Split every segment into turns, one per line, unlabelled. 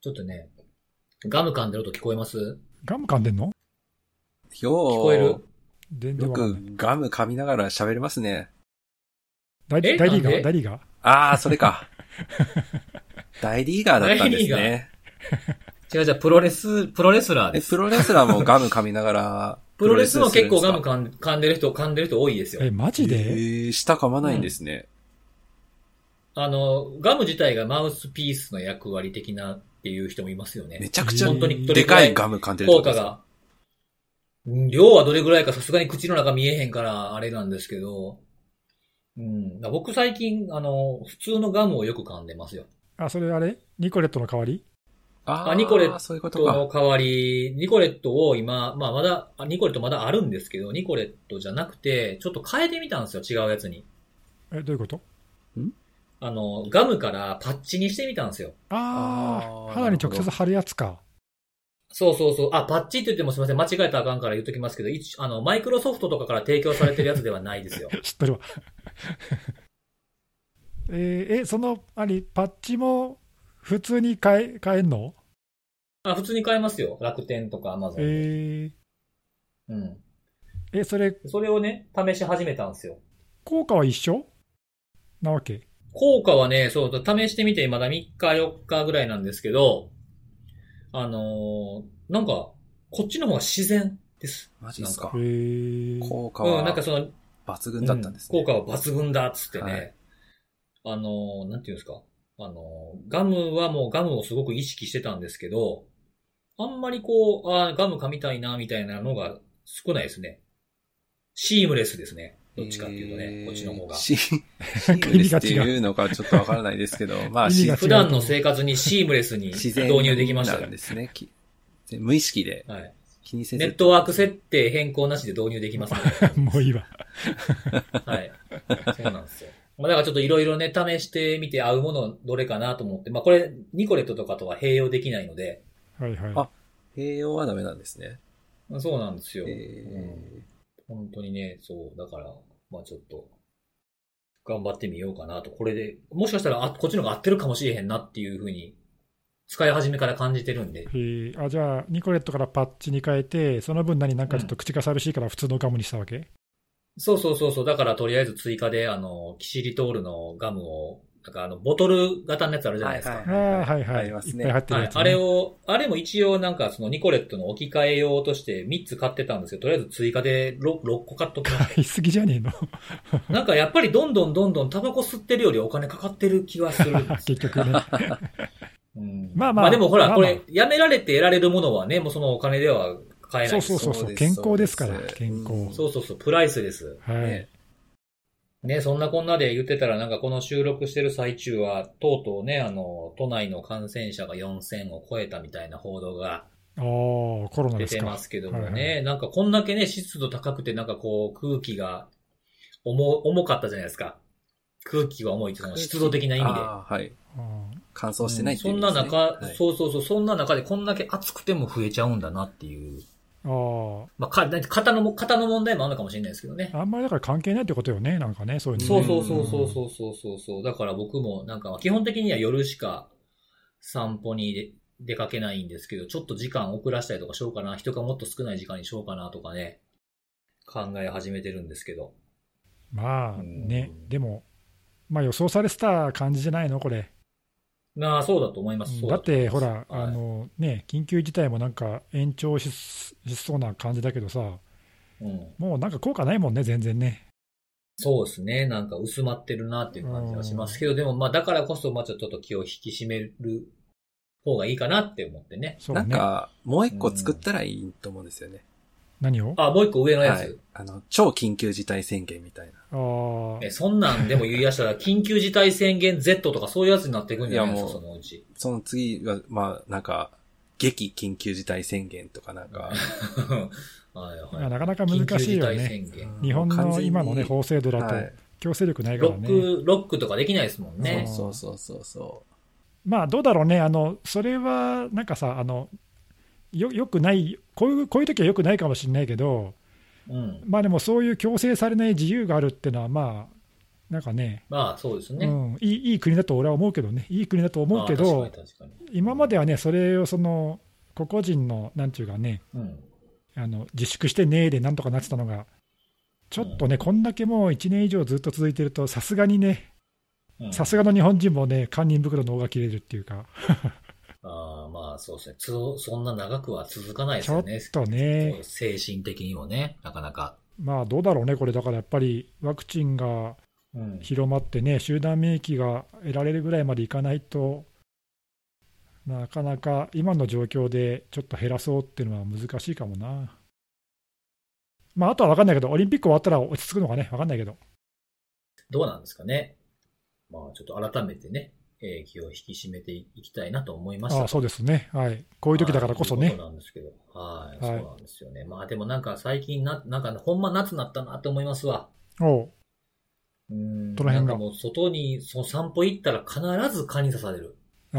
ちょっとね、ガム噛んでる音聞こえます
ガム噛んでんの
聞
よー。
こえる
全然
よ
わかん
く
ない。
ガム噛みながら喋れますね。
大
え
大リー
なん
ガ
で
ー大リーガー
あー、そ れか。大リーガーだったんです
大リー
ね。
違う違う、プロレス、プロレスラーで
え、
す。
プロレスラーもガム噛みながら。
プロレスも結構ガム
噛
噛ん噛んでる人、噛んでる人多いですよ
え、。マジ
え
で
ー、舌噛まないんですね。
あの、ガム自体がマウスピースの役割的なっていう人もいますよ
め
ね。
ちゃくちゃ
本当にど
で
れく
からい
い
ガム噛んでるって
効
こと
果
ですか
が。うん量はどれぐらいかさすがに口の中見えへんからあれなんですけど、うん、僕最近、あの、普通のガムをよく噛んでますよ。
あ、それあれニコレットの代わり
あ
あニコレッ
あ、
ト
そういうこと
との
か。
代わり、ニコレットを今、まあまだ、あニコレットまだあるんですけど、ニコレットじゃなくて、ちょっと変えてみたんですよ、違うやつに。
え、どういうこと
あの、ガムからパッチにしてみたんですよ。
あ
あー
あ、肌に直接貼るやつか。
そうそうそう。あ、パッチって言ってもすみません。間違えたらあかんから言っときますけど、一、あの、マイクロソフトとかから提供されてるやつではないですよ。
知ってるわ。 えーえ、その、あれ、パッチも普通に変え、変えんの
あ、普通に買えますよ。楽天とかアマゾン。
え
うん。
ーえ、それ、
それをね、試し始めたんですよ。
効果は一緒なわけ
効果はね、そう、試してみて、まだ3日4日ぐらいなんですけど、あのーなんか、こっちの方が自然です。
マジです
な
か
え。ー
効果
うん、なん
は
かその、
抜群だったんです
う
ね
ん。効果は抜群だっつってね、
はい
あのー、なんていうんですか、あのー、ガムはもうガムをすごく意識してたんですけど、あんまりこう、あーガム噛みたいな、みたいなのが少ないですね。シームレスですね。どっちかっていうとね、
えー
こっちの方が。
シシームレスっていうのかちょっとわからないですけど、まあ、
意味
し
が
普段の生活にシームレスに
自
導
然
入できました
な
よ
ん。ですね。き無意識で
はい。
気にせず。
ネットワーク設定変更なしで導入できますね。
もういいわ。
はい。そうなんですよ。まあだからちょっといろいろね、試してみて合うものどれかなと思って、まあこれ、ニコレットとかとは併用できないので、
はいはい。
あ併用はダメなんですね。
そうなんですよ。
え
本当にね、そう、だから、まあちょっと、頑張ってみようかなと。これで、もしかしたら、あ、こっちの方が合ってるかもしれへんなっていうふうに、使い始めから感じてるんで。
えーあじゃあ、ニコレットからパッチに変えて、その分何、なんかちょっと口が寂しいから普通のガムにしたわけ、
そうそうそうそう。だからとりあえず追加で、あの、キシリトールのガムを、なんかあの、ボトル型のやつあるじゃないですか。
はい
ああ、はいは
あ
い。
りますね
いっぱい入ってる
は
や
い
つ、ね
あ れを、あれも一応なんかそのニコレットの置き換え用として3つ買ってたんですけど、とりあえず追加で 6, 6個買っときまし
買いすぎじゃねえの
た。なんかやっぱりどんどんどんどんタバコ吸ってるよりお金かかってる気はするんです
結
よ。
局ね。
うん
まあまあ
でもほら、
まあ
こ
まあ
れ、やめられて得られるものはね、もうそのお金では買えない
そう
です
そうそう
そう
そう。
です
健康ですから
そうで、す
健
うん
康。
そうそうそう、プライスです。
はい、
ね
ね、そんなこんなで言ってたら、なんかこの収録してる最中は、とうとうね、あの、都内の感染者が4000を超えたみたいな報道が
ああ、コロナ
出
です
て
か。
ますけどもね、
はい
なんかこんだけね、湿度高くて、なんかこう、空気が重、重かったじゃないですか。空気が重いって、その湿度的な意味で。
あーはい。
あ
乾燥してないって
そ
いう意
ん
味
な
ですね、
中、
はい
そうそうそう、そんな中でこんだけ暑くても増えちゃうんだなっていう。
ー
まあ、か、だって肩のも、肩の問題もあるのかもしれないですけどね
あ。ーあんまりだから関係ないってことよね、なんかね、そういうのね
そうそうそうそうそうそうそうそう。だから僕もなんか基本的には夜しか散歩に出出かけないんですけど、ちょっと時間遅らしたりとかしようかな。人がもっと少ない時間にしようかなとかね、考え始めてるんですけど。
まあね
う、ん
でも、まあ予想されてた感じじゃないの、これ。
まあそうだと思います。そう
だっ
と思い
て
ます
ほら、あ、
はい
のね、緊急事態もなんか延長ししそうな感じだけどさ、
うん。
もうなんか効果ないもんね、全然ね。
そうですね。なんか薄まってるなっていう感じはしますけど、でもまあだからこそ、まあちょっと気を引き締める方がいいかなって思ってね。
そう
な
ね。
んか、もう一個作ったらいいと思うんですよね。
何をあ
あ、もう一個上のやつ。
はい。あの、超緊急事態宣言みたいな。
あー、
え、そんなんでも言い出 したら、緊急事態宣言 Z とかそういうやつになっていくんじゃないですか、
いやも
そうのうち。
その次は、まあ、なんか、激緊急事態宣言とかなんか、
はい
まあ
は
なかなか
い。緊
難
急
し
事
いよ
態
ね。
宣言。
日本の今のね、法制度だ
は
と
い、
強制力ないか
ロ
ら
ッ
ね。
ク、ロックとかできないですもんね。
そうそうそうそ
まあどうだろうね、あのそれはなんかさあのよ、よくないこういう、こういう時はよくないかもしれないけど、
うん。
まあでもそういう強制されない自由があるってのは、まあ、なんかね、
まあ、そうですね。
うん、いいいい国だと俺は思うけどね、いい国だと思うけ
まあ
ど、
確かに確かに。
今まではね、それをその個々人のなんていうかね、
うん。
あの自粛してねえでなんとかなってたのが、ちょっとね、こんだけもう1年以上ずっと続いてると、さすがにね、
うん
さすがの日本人もね、堪忍袋の尾が切れるっていうか、
ああ、まあそうですね。つそんな長くは続かないです
ちょ
よ
っ
ね。
とね、
精神的にもね、なかなか。
まあどうだろうね、これ、だからやっぱりワクチンが
うん。
広まってね、集団免疫が得られるぐらいまでいかないと、なかなか今の状況でちょっと減らそうっていうのは難しいかもな。まあ、あとは分かんないけど、オリンピック終わったら落ち着くのかね、分かんないけど、
どうなんですかね。まあちょっと改めてね、えー気を引き締めていきたいなと思いました。
ああそうですね、はい、こう
う
いう時だからこ
と
そ
い
ね
う、ことなんですけど。はい。
はい
そうなんですよね。まあでもなんか最近な、なんかほんま夏なったなって思いますわ。
おう
うん。
どの辺が
なんかもう外に、その散歩行ったら必ず蚊に刺される。
ああ、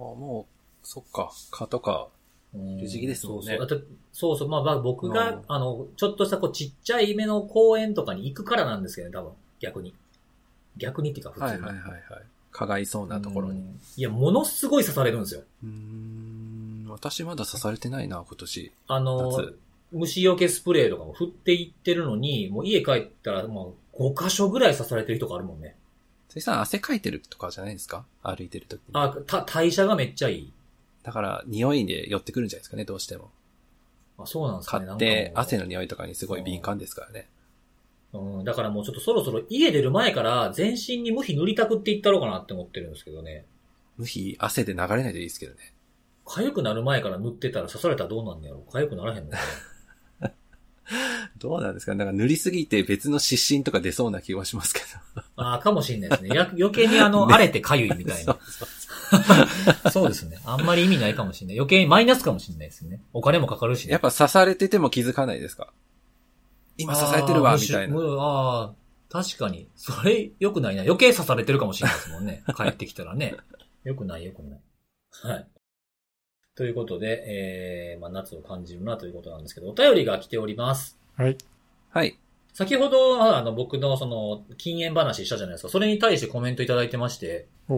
もう、そっか、蚊とか。
うん
不思議ですもん
そうそ
ね
うあとそうそう、まあまあ僕が、
うん
あの、ちょっとしたこうちっちゃい目の公園とかに行くからなんですけどね、多分。逆に。逆にっていうか普通
はい
に。
はいはいはい。蚊がいそうなところ
う
に。
んいや、ものすごい刺されるんですよ。
うーん、私まだ刺されてないな、今年。
あの
夏、
虫除けスプレーとかも振っていってるのに、もう家帰ったら、もう5箇所ぐらい刺されてる人があるもんね。
辻さん、汗かいてるとかじゃないですか歩いてる時に。
あ、た、代謝がめっちゃいい。
だから、匂いで寄ってくるんじゃないですかね、どうしても。
あそうなんですか
買
ね。な
っ
んか
て、
もう
汗の匂いとかにすごい敏感ですからね。
うん、だからもうちょっとそろそろ家出る前から全身に無比塗りたくっていったろうかなって思ってるんですけどね。
無比、汗で流れないといいですけどね。
痒くなる前から塗ってたら刺されたらどうなんねやろ痒くならへんのかな
どうなんですかなんか塗りすぎて別の湿疹とか出そうな気がしますけ
ああ、かもしれないですね。や余計にあの、
ね
荒れて痒いみ
ど。
たいな。そうですね。あんまり意味ないかもしれない。余計にマイナスかもしれないですね。お金もかかるしね。
やっぱ刺されてても気づかないですか今刺されてる
あ
わ、
ー
みたい。な
む。しむあー確かに。それ、良くないな。余計刺されてるかもしれないですもん ね。帰ってきたらね。良くない、良くない。はい。ということで、えー、まあ、夏を感じるなということなんですけど、お便りが来ております。
はい、
はい。
先ほど、あの、僕のその、禁煙話したじゃないですか。それに対してコメントいただいてまして、あ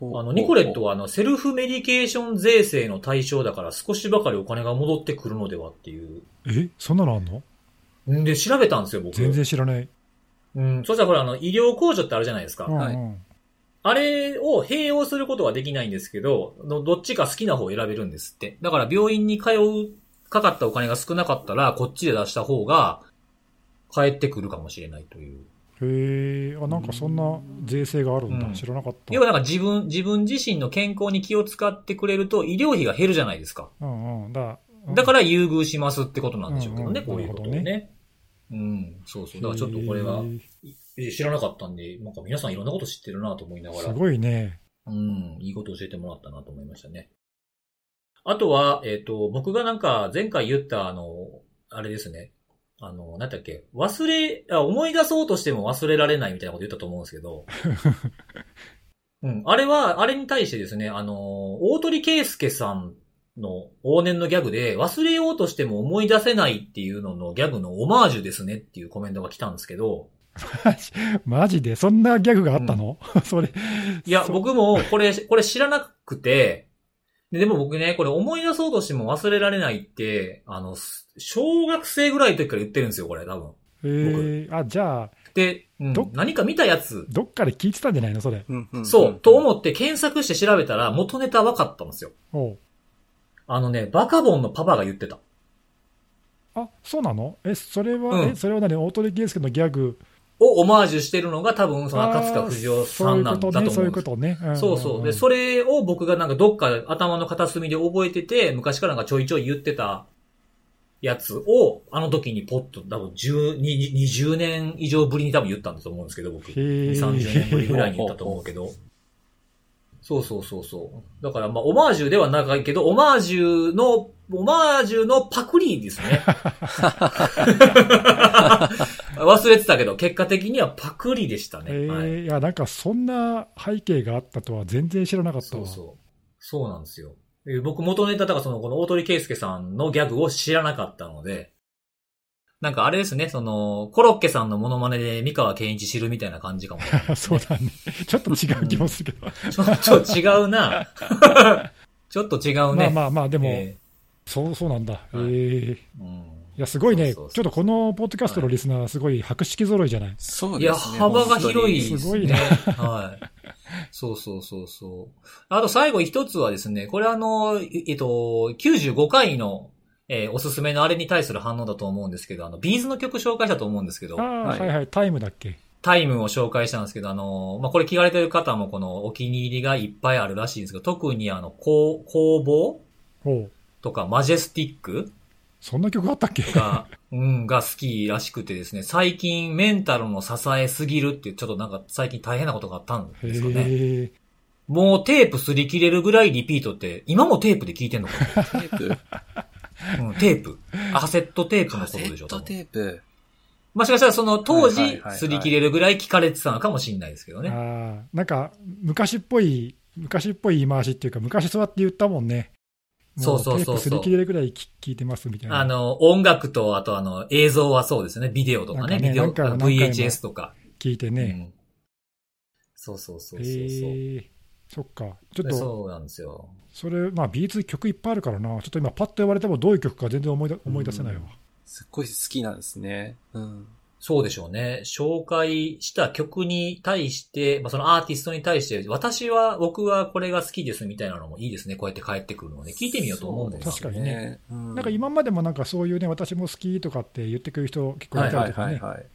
の、ニコレット
は。
はあの、セルフメディケーション税制の対象だから少しばかりお金が戻ってくるのではっていう。
えそんなのあんの
んで、調べたんですよ、僕。
全然知らない、
うん、そしたらほら、あの、医療控除ってあるじゃないですか。
うんうん
はい
あれを併用することはできないんですけど、どどっちか好きな方を選べるんですって。だから病院に通う、かかったお金が少なかったら、こっちで出した方が、返ってくるかもしれないという。
へえ、あなんかそんな税制があるんだ、
うん
知らなかった。
要はなんか自分、自分自身の健康に気を使ってくれると医療費が減るじゃないですか。
うんうん、だ
だから優遇しますってことなんでしょうけどね、
うんうん
こういうことを
な
ね。うん、そうそう。だからちょっとこれは
へ、ー
い知らなかったんで、なんか皆さんいろんなこと知ってるなと思いなが
す
ら、
ごいね。
うん、いいこと教えてもらったなと思いましたね。あとは、えっ、と、僕がなんか前回言ったあの、あれですね。あの、なんだっけ、忘れ、あ思い出そうとしても忘れられないみたいなこと言ったと思うんですけど。うん、あれは、あれに対してですね、あの、大鳥圭介さんの往年のギャグで、忘れようとしても思い出せないっていうののギャグのオマージュですねっていうコメントが来たんですけど、
マジで、そんなギャグがあったの、 それ。
いや、
そう
僕も、これ、これ知らなくて、ででも僕ね、これ思い出そうとしても忘れられないって、あの、す小学生ぐらいの時から言ってるんですよ、これ、多分。
へえ、あ、じゃあ、
で、うん
ど
何か見たやつ、
どっかで聞いてたんじゃないのそれ。
うんんん
そう、と思って検索して調べたら元ネタ分かったんですよ。
おう
あのね、バカボンのパパが言ってた。
あ、そうなのえ、それは、
うん
え、それは何大鳥圭介のギャグ。
をオマージュしてるのが多分、その赤塚
あー
不二夫さんなんだと思うんです
そういうことね、そういうことね。んんん
そうそう。で、それを僕がなんかどっか頭の片隅で覚えてて、昔からなんかちょいちょい言ってたやつを、あの時にポッと、多分10、20 20年以上ぶりに多分言ったんだと思うんですけど、僕。
へ
2、
ー
30年ぶりぐらいに言ったと思うけど。そうそうそうそう。だからまあ、オマージュではないけど、オマージュの、オマージュのパクリです ね。忘れてたけど、結果的にはパクリでした
え
ね。はい
ー、いや、なんかそんな背景があったとは全然知らなかった
そ
わ。
うそう。そうなんですよ。えー僕元ネタだからそのこの大鳥圭介さんのギャグを知らなかったので、なんかあれですね、その、コロッケさんのモノマネで三河健一知るみたいな感じか も。
そうだね。ちょっと違う気もするけど。
ちょっと違うな。 ちょっと違う
まあ
ね。
まあまあ、でも、
え
そうそうなんだ。
はい
ええ
ーうん
いや、すごい
そ
ね。
うそうそう
ちょっとこのポッドキャストのリスナー、すごい白色揃いじゃない
そう
い
で
や、
すね。
幅が広い
本
です
すごい
ね。
な
はい。そうそうそうそう。あと最後一つはですね、これあの、ええっと、95回の、えーおすすめのあれに対する反応だと思うんですけど、あの、ビーズの曲紹介したと思うんですけど
あ、あ、
はい
はいはい、タイムだっけ。
タイムを紹介したんですけど、あの、まあ、これ聞かれてる方もこのお気に入りがいっぱいあるらしいんですけど、特にあの、こう工房
おう
とか、マジェスティック
そんな曲あったっけ
が、うん、が好きらしくてですね、最近メンタルの支えすぎるっていう、ちょっとなんか最近大変なことがあったん
へ
ですよね。
え。
もうテープ擦り切れるぐらいリピートって、今もテープで聞いてんのか、
当にテープ。
うん、テープ。カセットテープの
カ
こと
セ
でし
ッ
ょ
ト
多
テ
分
ープ。
まあしかしたらその当時
はいはいはいはい
擦り切れるぐらい聞かれてたのかもしれないですけど
あ
ね。
あなんか、昔っぽい、昔っぽい言い回しっていうか、昔そうやって言ったもんね。
そうそうそうそう
もテープ擦り切れるぐらいき聞いてますみたいな。
あの、音楽と、あとあの、映像はそうですね。ビデオとかね。
なんかね
ビデオ、
何回も
あの
何回も
VHS とか。
聞いて
う
ね。
ん。そうそうそうそうそう。
へえ。そっか。ちょっ
で
と、
そうなんですよ。
それ、まあ、ビーツ曲いっぱいあるからな。ちょっと今、パッと言われてもどういう曲か全然思い出思い出せないわ。
すっごい好きなんですね。うん。
そうでしょうね。紹介した曲に対して、まあ、そのアーティストに対して、私は、僕はこれが好きですみたいなのもいいですね。こうやって帰ってくるので、聞いてみようと思うんですよ
確かにね。
う
なんか今までもなんかそういうね、私も好きとかって言ってくる人結構いたりとか
はいはい
ね、
はい。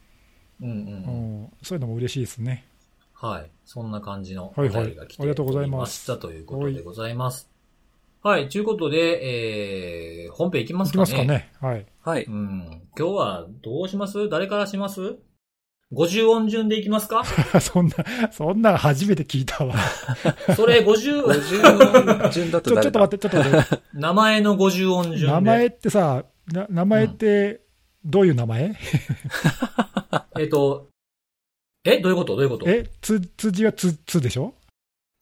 うんうん
う
うん。
んそういうのも嬉しいですね。
はい。そんな感じのお
はいはい
便りが来て
ありがとうござい
お
ます
りましたということでございます。はい。ということで、えー、本編いきま
い
すか
き
ね。
ますかね。はい。
はい。
うん。今日はどうします誰からします ?50 音順でいきますか
そんな、そんな初めて聞いたわ。
それ50、
50の順だ
ち
と
ょ、
誰だ
ちょっと待って、ちょっと待っ
名前の50音順
て。
で。
名前ってさ、な名前って、どういう名前
えっ、と、えどういうことどういうこと
え、つ、辻はつ、つでしょ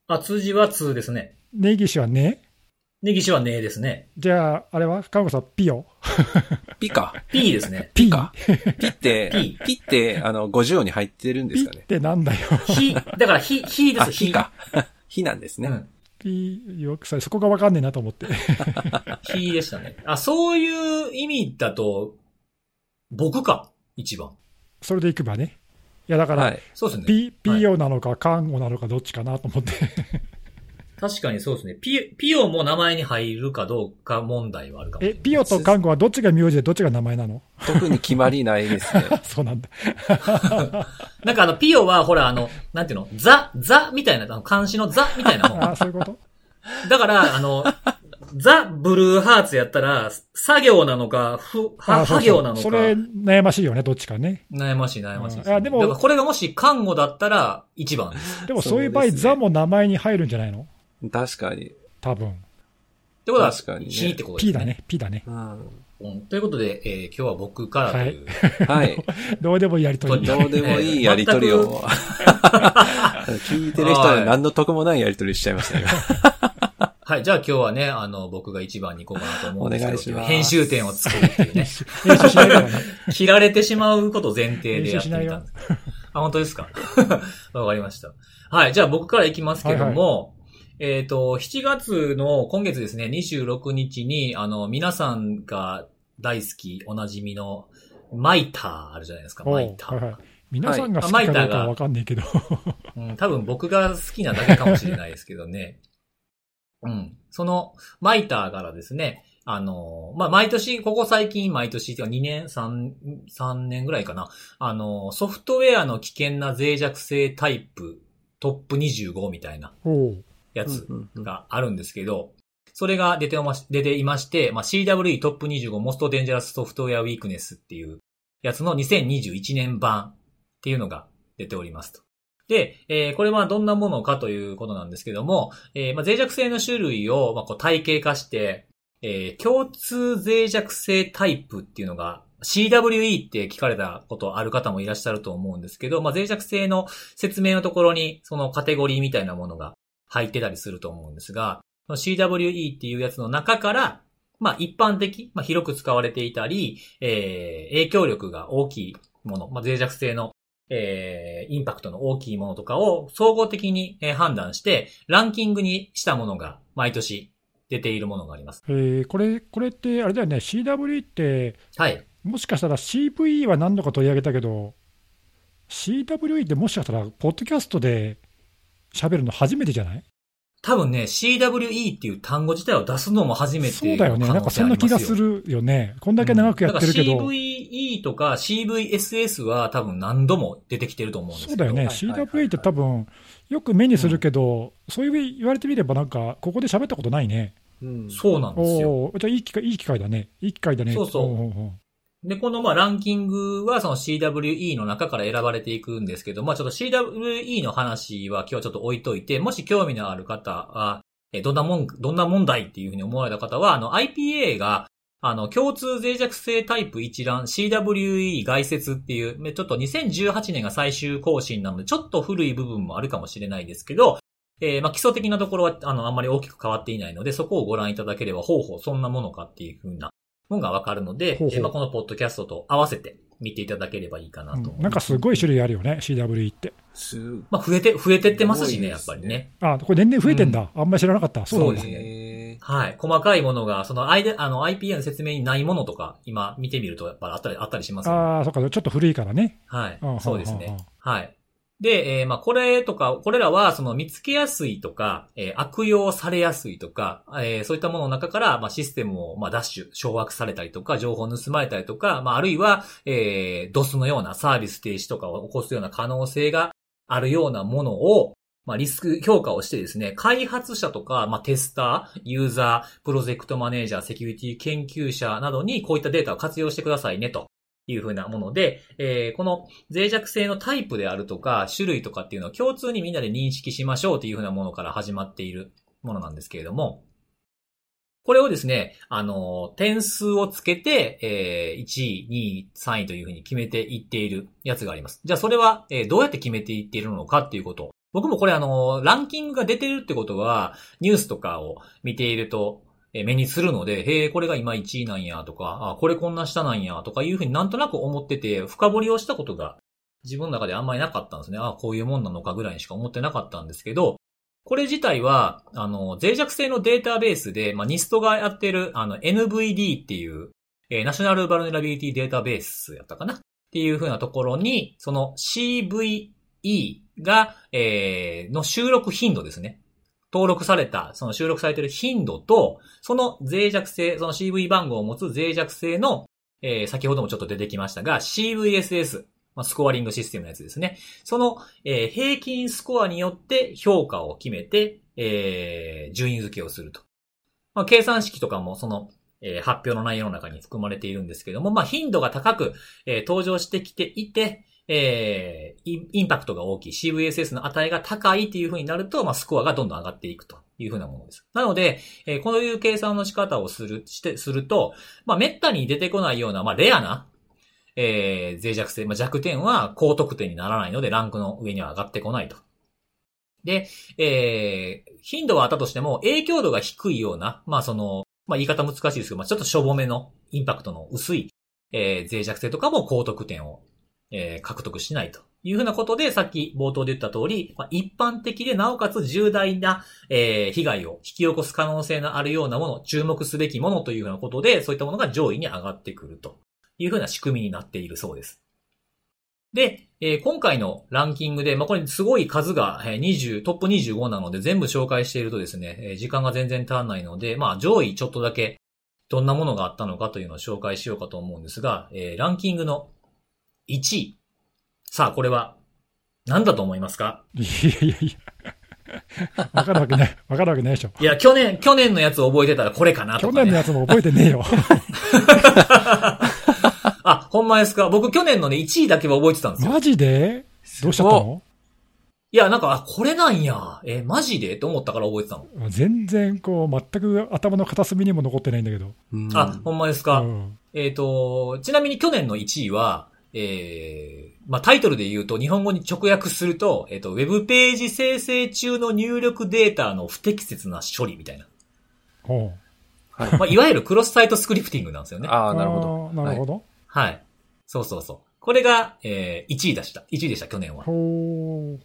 あ、通じは通ですね。
根岸はね
根岸はねですね。
じゃあ、あれは看護さん、ピヨ
ピか。
P ですね。
ピ
かピって、ピって、あの、50音に入ってるんで
ピ
す
っ
かね。
てなんだよ。
ひ、だからひ、ひで
あ、
す、
火か。 火なんです
う
ね。
ん。
ピよくさ、そこがわかんねえなと思って。
ひでしたね。あ、そういう意味だと、僕か。一番。
それでいくばね。いや、だから、
はい。
そうですね。
ピ、ピヨなのか、看護なのか、どっちかなと思って。
確かにそうですね。ピ、ピオも名前に入るかどうか問題はあるかもしれ
え、
ない。
ピヨと看護はどっちが名字でどっちが名前なの
特に決まりないですね。
そうなんだ。
なんかあの、ピオはほらあの、なんていうのザ、ザみたいな、あの、漢字のザみたいなも
ああ、そういうこと
ん。だから、あの、ザ・ブルーハーツやったら、作業なのか、ふ、
あ
は、
あそう
は
そう
行なのか。
それ、悩ましいよね、どっちかね。
悩ましい、悩ましいすね、
うんあでも
だからこれがもし看護だったら、一番です。
でも、そういう場合、
そうですね
ザも名前に入るんじゃないの
確かに。
多分。
ってことは、
確かにね
ひってことです
P
ね。
だね、P だね。
うん。
うん。ということで、えー今日は僕からという。
はい。
どうでもいいやりとり。
ど
どうでもいいやりとりを。 聞いてる人は何の得もないやりとりしちゃいましたよ。
はい、じゃあ今日はね、あの、僕が一番に行こうかなと思うんですけど、
お願いします
編集点を作るっていうね。
練習しないからね。
切られてしまうこと前提でやってみ
練習しない
たん
よ
です。あ、本当ですか わかりました。はい、じゃあ僕から行きますけども、えっ、と、7月の今月ですね、26日に、あの、皆さんが大好き、おなじみの、マイターあるじゃないですか、
おう
マイター。
はいはい皆さんが好きかどうかはわかんないけど。
うん、多分僕が好きなだけかもしれないですけどね。 うん。その、マイターからですね、あの、まあ、毎年、ここ最近、毎年、てか2年、3、3年ぐらいかな。あの、ソフトウェアの危険な脆弱性タイプ、トップ25みたいな
おう
や
う
つ
んうんうん
があるんですけど、それが出てまし出ていまして、まあ、CWE トップ25 Most Dangerous Software Weakness っていうやつの2021年版っていうのが出ておりますと。で、えーこれはどんなものかということなんですけども、えーまあ、脆弱性の種類を、まあ、こう体系化して、えー共通脆弱性タイプっていうのが、CWE って聞かれたことある方もいらっしゃると思うんですけど、まあ、脆弱性の説明のところに、そのカテゴリーみたいなものが入ってたりすると思うんですが、その CWE っていうやつの中から、まあ一般的、まあ広く使われていたり、えー、影響力が大きいもの、まあ脆弱性の、えー、インパクトの大きいものとかを総合的にえー判断して、ランキングにしたものが毎年出ているものがあります。
えーこれ、これって、あれだよね、CW って、
はい。
もしかしたら CVE は何度か取り上げたけど、CWE ってもしかしたら、ポッドキャストで喋るの初めてじゃない
多分ね、CWE っていう単語自体を出すのも初めて
そうだよね、なんかそんな気がするよね、こんだけ長くやってるけど、
うんだから CVE とか CVSS は多分何度も出てきてると思うんです
そう
けど。
だよね、
はいはいはい
CWA って多分よく目にするけど、そういう言われてみれば、なんか、ここで喋ったことないね。
うん
そうなんですよ。
おおー、じゃあいい機会、いい機会だね、いい機会だね。
そうそう
おーおーおー
で、このまあランキングはその CWE の中から選ばれていくんですけど、まあちょっと CWE の話は今日はちょっと置いといて、もし興味のある方、あえどんなもん、どんな問題っていうふうに思われた方は、あの IPA が、あの、共通脆弱性タイプ一覧 CWE 概説っていう、ねちょっと2018年が最終更新なので、ちょっと古い部分もあるかもしれないですけど、えーまあ基礎的なところは、あの、あんまり大きく変わっていないので、そこをご覧いただければ、方法そんなものかっていうふうなものがわかるので、
ほうほう
えーまあこのポッドキャストと合わせて見ていただければいいかなと思います。
うんなんかすごい種類あるよね、CWE って。
す
まあ増えて、増えてってますしね、やっ
す
ぱ
ごい
り
ですね
ね。
あ、これ年々増えてんだ。あんまり知らなかった。そう
そ
な
うんで
だ
す。ね
へー
はい。細かいものが、その、アイデあの、IPA の説明にないものとか、今見てみると、やっぱりあったり、あったりしますね。
ああ、そっか、ちょっと古いからね。
はい
うん。
そうです
うんう
ね
んうん。
はい。で、えーまあ、これとか、これらは、その、見つけやすいとか、えー悪用されやすいとか、えーそういったものの中から、まあ、システムを、まあ、ダッシュ、掌握されたりとか、情報を盗まれたりとか、まあ、あるいは、えー、DOS のようなサービス停止とかを起こすような可能性があるようなものを、まあ、リスク評価をしてですね、開発者とか、まあ、テスター、ユーザー、プロジェクトマネージャー、セキュリティ研究者などに、こういったデータを活用してくださいね、というふうなもので、えーこの脆弱性のタイプであるとか、種類とかっていうのを共通にみんなで認識しましょうというふうなものから始まっているものなんですけれども、これをですね、あの、点数をつけて、えー1位、2位、3位というふうに決めていっているやつがあります。じゃあそれは、えーどうやって決めていっているのかっていうことを。僕もこれあの、ランキングが出てるってことは、ニュースとかを見ていると、えー目にするので、へえ、これが今1位なんやとか、あ、これこんな下なんやとかいうふうになんとなく思ってて、深掘りをしたことが自分の中であんまりなかったんですね。あ、こういうもんなのかぐらいにしか思ってなかったんですけど、これ自体は、あの、脆弱性のデータベースで、まあ、ニストがやってる、あの、NVD っていう、えー、ナショナルバルネラビリティデータベースやったかなっていうふうなところに、その CVE が、えーの収録頻度ですね。登録された、その収録されてる頻度と、その脆弱性、その CV 番号を持つ脆弱性の、えー先ほどもちょっと出てきましたが、CVSS、まあ、スコアリングシステムのやつですね。その、えー平均スコアによって評価を決めて、えー順位付けをすると。まあ、計算式とかもその、えー発表の内容の中に含まれているんですけども、まあ、頻度が高く、えー登場してきていて、えーインインパクトが大きい CVSS の値が高いっていう風になると、まあ、スコアがどんどん上がっていくという風なものです。なので、えーこういう計算の仕方をする、して、すると、まあ、滅多に出てこないような、まあ、レアな、えー脆弱性、まあ、弱点は高得点にならないので、ランクの上には上がってこないと。で、えー頻度はあったとしても、影響度が低いような、まあ、その、まあ、言い方難しいですけど、まあ、ちょっとしょぼめのインパクトの薄い、えー脆弱性とかも高得点を、えー獲得しないと。いうふうなことで、さっき冒頭で言った通り、まあ、一般的でなおかつ重大なえー被害を引き起こす可能性のあるようなもの、注目すべきものというようなことで、そういったものが上位に上がってくるというふうな仕組みになっているそうです。で、えー今回のランキングで、まあ、これすごい数が、えー20、トップ25なので全部紹介しているとですね、えー時間が全然足らないので、まあ、上位ちょっとだけどんなものがあったのかというのを紹介しようかと思うんですが、えーランキングの1位。さあ、これは何だと思いますか
いやいやいや。わかるわけない。わかるわ けないでしょ。
いや、去年、去年のやつ覚えてたらこれかなとか、
去
ね。
年のやつも覚えて ねえよ。
あ、ほんまですか僕去年のね、1位だけは覚えてたんですよ。
マジでどうしちゃったの
いや、なんか、あ、これなんや。え、マジでと思ったから覚えてたの。
全然こう、全く頭の片隅にも残ってないんだけど。
うん
あ、ほんまですか、
うん
えっ、と、ちなみに去年の1位は、えー、まあ、タイトルで言うと、日本語に直訳すると、えっ、と、ウェブページ生成中の入力データの不適切な処理みたいな。
ほう
はい。
まあ、いわゆるクロスサイトスクリプティングなんですよね。
ああ、なるほど。
あーなるほど。
はい。そうそうそう。これが、えー、1位でした。1位でした、去年は。
ほう。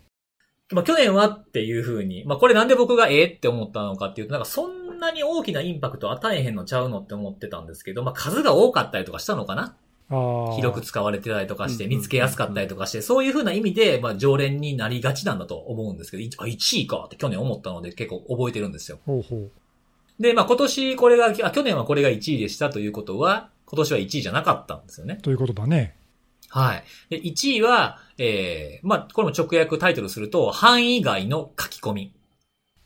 まあ、去年はっていうふうに、まあ、これなんで僕がええって思ったのかっていうと、なんかそんなに大きなインパクト与えへんのちゃうのって思ってたんですけど、まあ、数が多かったりとかしたのかな
ああ。
広く使われてたりとかして、
うんうん
見つけやすかったりとかして、そういうふうな意味で、まあ、常連になりがちなんだと思うんですけど、いあ、1位かって去年思ったので結構覚えてるんですよ。
ほうほう。
で、まあ、今年これが、あ、去年はこれが1位でしたということは、今年は1位じゃなかったんですよね。
ということだね。
はい。で、1位は、えー、まあ、これも直訳タイトルすると、範囲外の書き込み。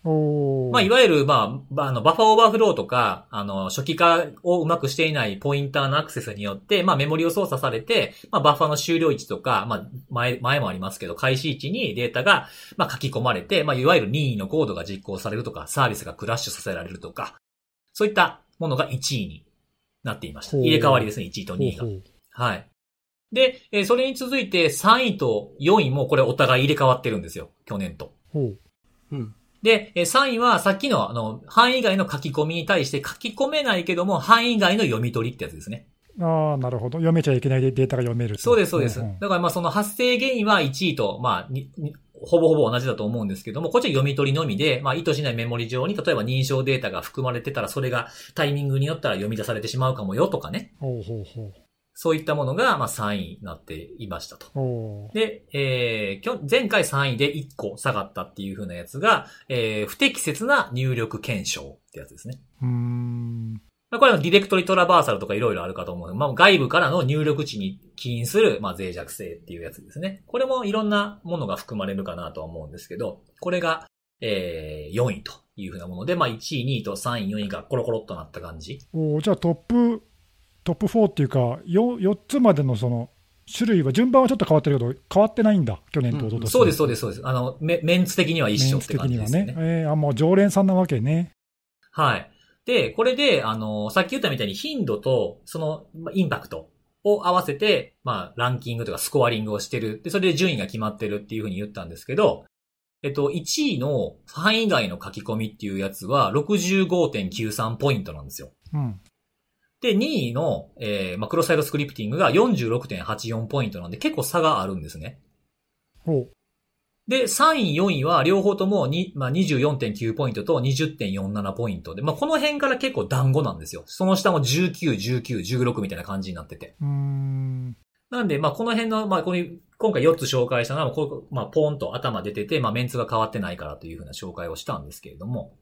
おー
まあ、いわゆる、まあ、ばあの、バッファーオーバーフローとか、あの、初期化をうまくしていないポインターのアクセスによって、まあ、メモリを操作されて、まあ、バッファーの終了位置とか、まあ、前、前もありますけど、開始位置にデータが、まあ、書き込まれて、まあ、いわゆる任意のコードが実行されるとか、サービスがクラッシュさせられるとか、そういったものが1位になっていました。
ほう
入れ替わりですね、1位と2位が
ほ。う
はい。で、えーそれに続いて3位と4位もこれお互い入れ替わってるんですよ。去年と。
ほう。
うん。
で、えー3位はさっきのあの、範囲外の書き込みに対して書き込めないけども、範囲外の読み取りってやつですね。
ほう。ああ、なるほど。読めちゃいけないデータが読めると
そうです、そうです
んん。
だからまあその発生原因は1位と、まあ、ににほぼほぼ同じだと思うんですけども、こっちは読み取りのみで、まあ意図しないメモリ上に、例えば認証データが含まれてたら、それがタイミングによったら読み出されてしまうかもよとかね。
ほうほうほ
そういったものが、まあ3位になっていましたと。
う。おー
で、えー、きょ前回3位で1個下がったっていう風なやつが、えー、不適切な入力検証ってやつですね。
うーん。
まあ、これはディレクトリトラバーサルとかいろいろあるかと思う。まあ、外部からの入力値に起因する、まあ、脆弱性っていうやつですね。これもいろんなものが含まれるかなとは思うんですけど、これが、えー、4位という風なもので、まあ、1位、2位と3位、4位がコロコロっとなった感じ。
おーじゃあトップ、トップ4っていうか、よ4つまでのその、種類は、順番はちょっと変わってるけど、変わってないんだ。去年と一昨年、
そうです、そう
で
です、そうです。あの、メメンツ的には一緒って感じですよね
的に。はね。えー、あ、もう常連さんなわけね。
はい。で、これで、あの、さっき言ったみたいに頻度と、その、まインパクトを合わせて、まあ、ランキングとかスコアリングをしてる。で、それで順位が決まってるっていうふうに言ったんですけど、えっと、1位の範囲外の書き込みっていうやつは65.93ポイントなんですよ。
うん。
で、2位の、えーまあ、クロスサイドスクリプティングが46.84ポイントなんで結構差があるんですね。
ほ
で、3位、4位は両方ともに、まあ、24.9ポイントと20.47ポイントで、まあ、この辺から結構団子なんですよ。その下も19、19、16みたいな感じになってて。
う。うーん。
なんで、まあ、この辺の、まあ、こういう今回4つ紹介したのは、こうまあ、ポーンと頭出てて、まあ、メンツが変わってないからというふうな紹介をしたんですけれども。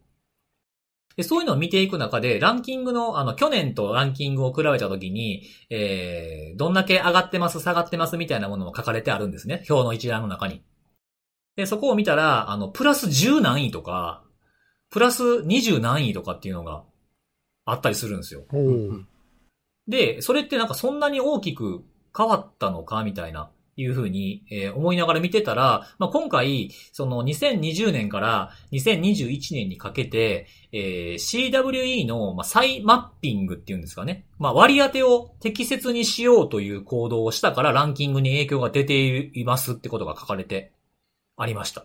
でそういうのを見ていく中で、ランキングの、あの、去年とランキングを比べたときに、えー、どんだけ上がってます、下がってますみたいなものも書かれてあるんですね。表の一覧の中に。で、そこを見たら、あの、プラス10何位とか、プラス20何位とかっていうのがあったりするんですよ。
ほう。
うん
で、それってなんかそんなに大きく変わったのかみたいな、いうふうに、えー思いながら見てたら、まあ、今回、その2020年から2021年にかけて、えー CWE の、まあ、再マッピングっていうんですかね。まあ、割り当てを適切にしようという行動をしたからランキングに影響が出ていますってことが書かれてありました。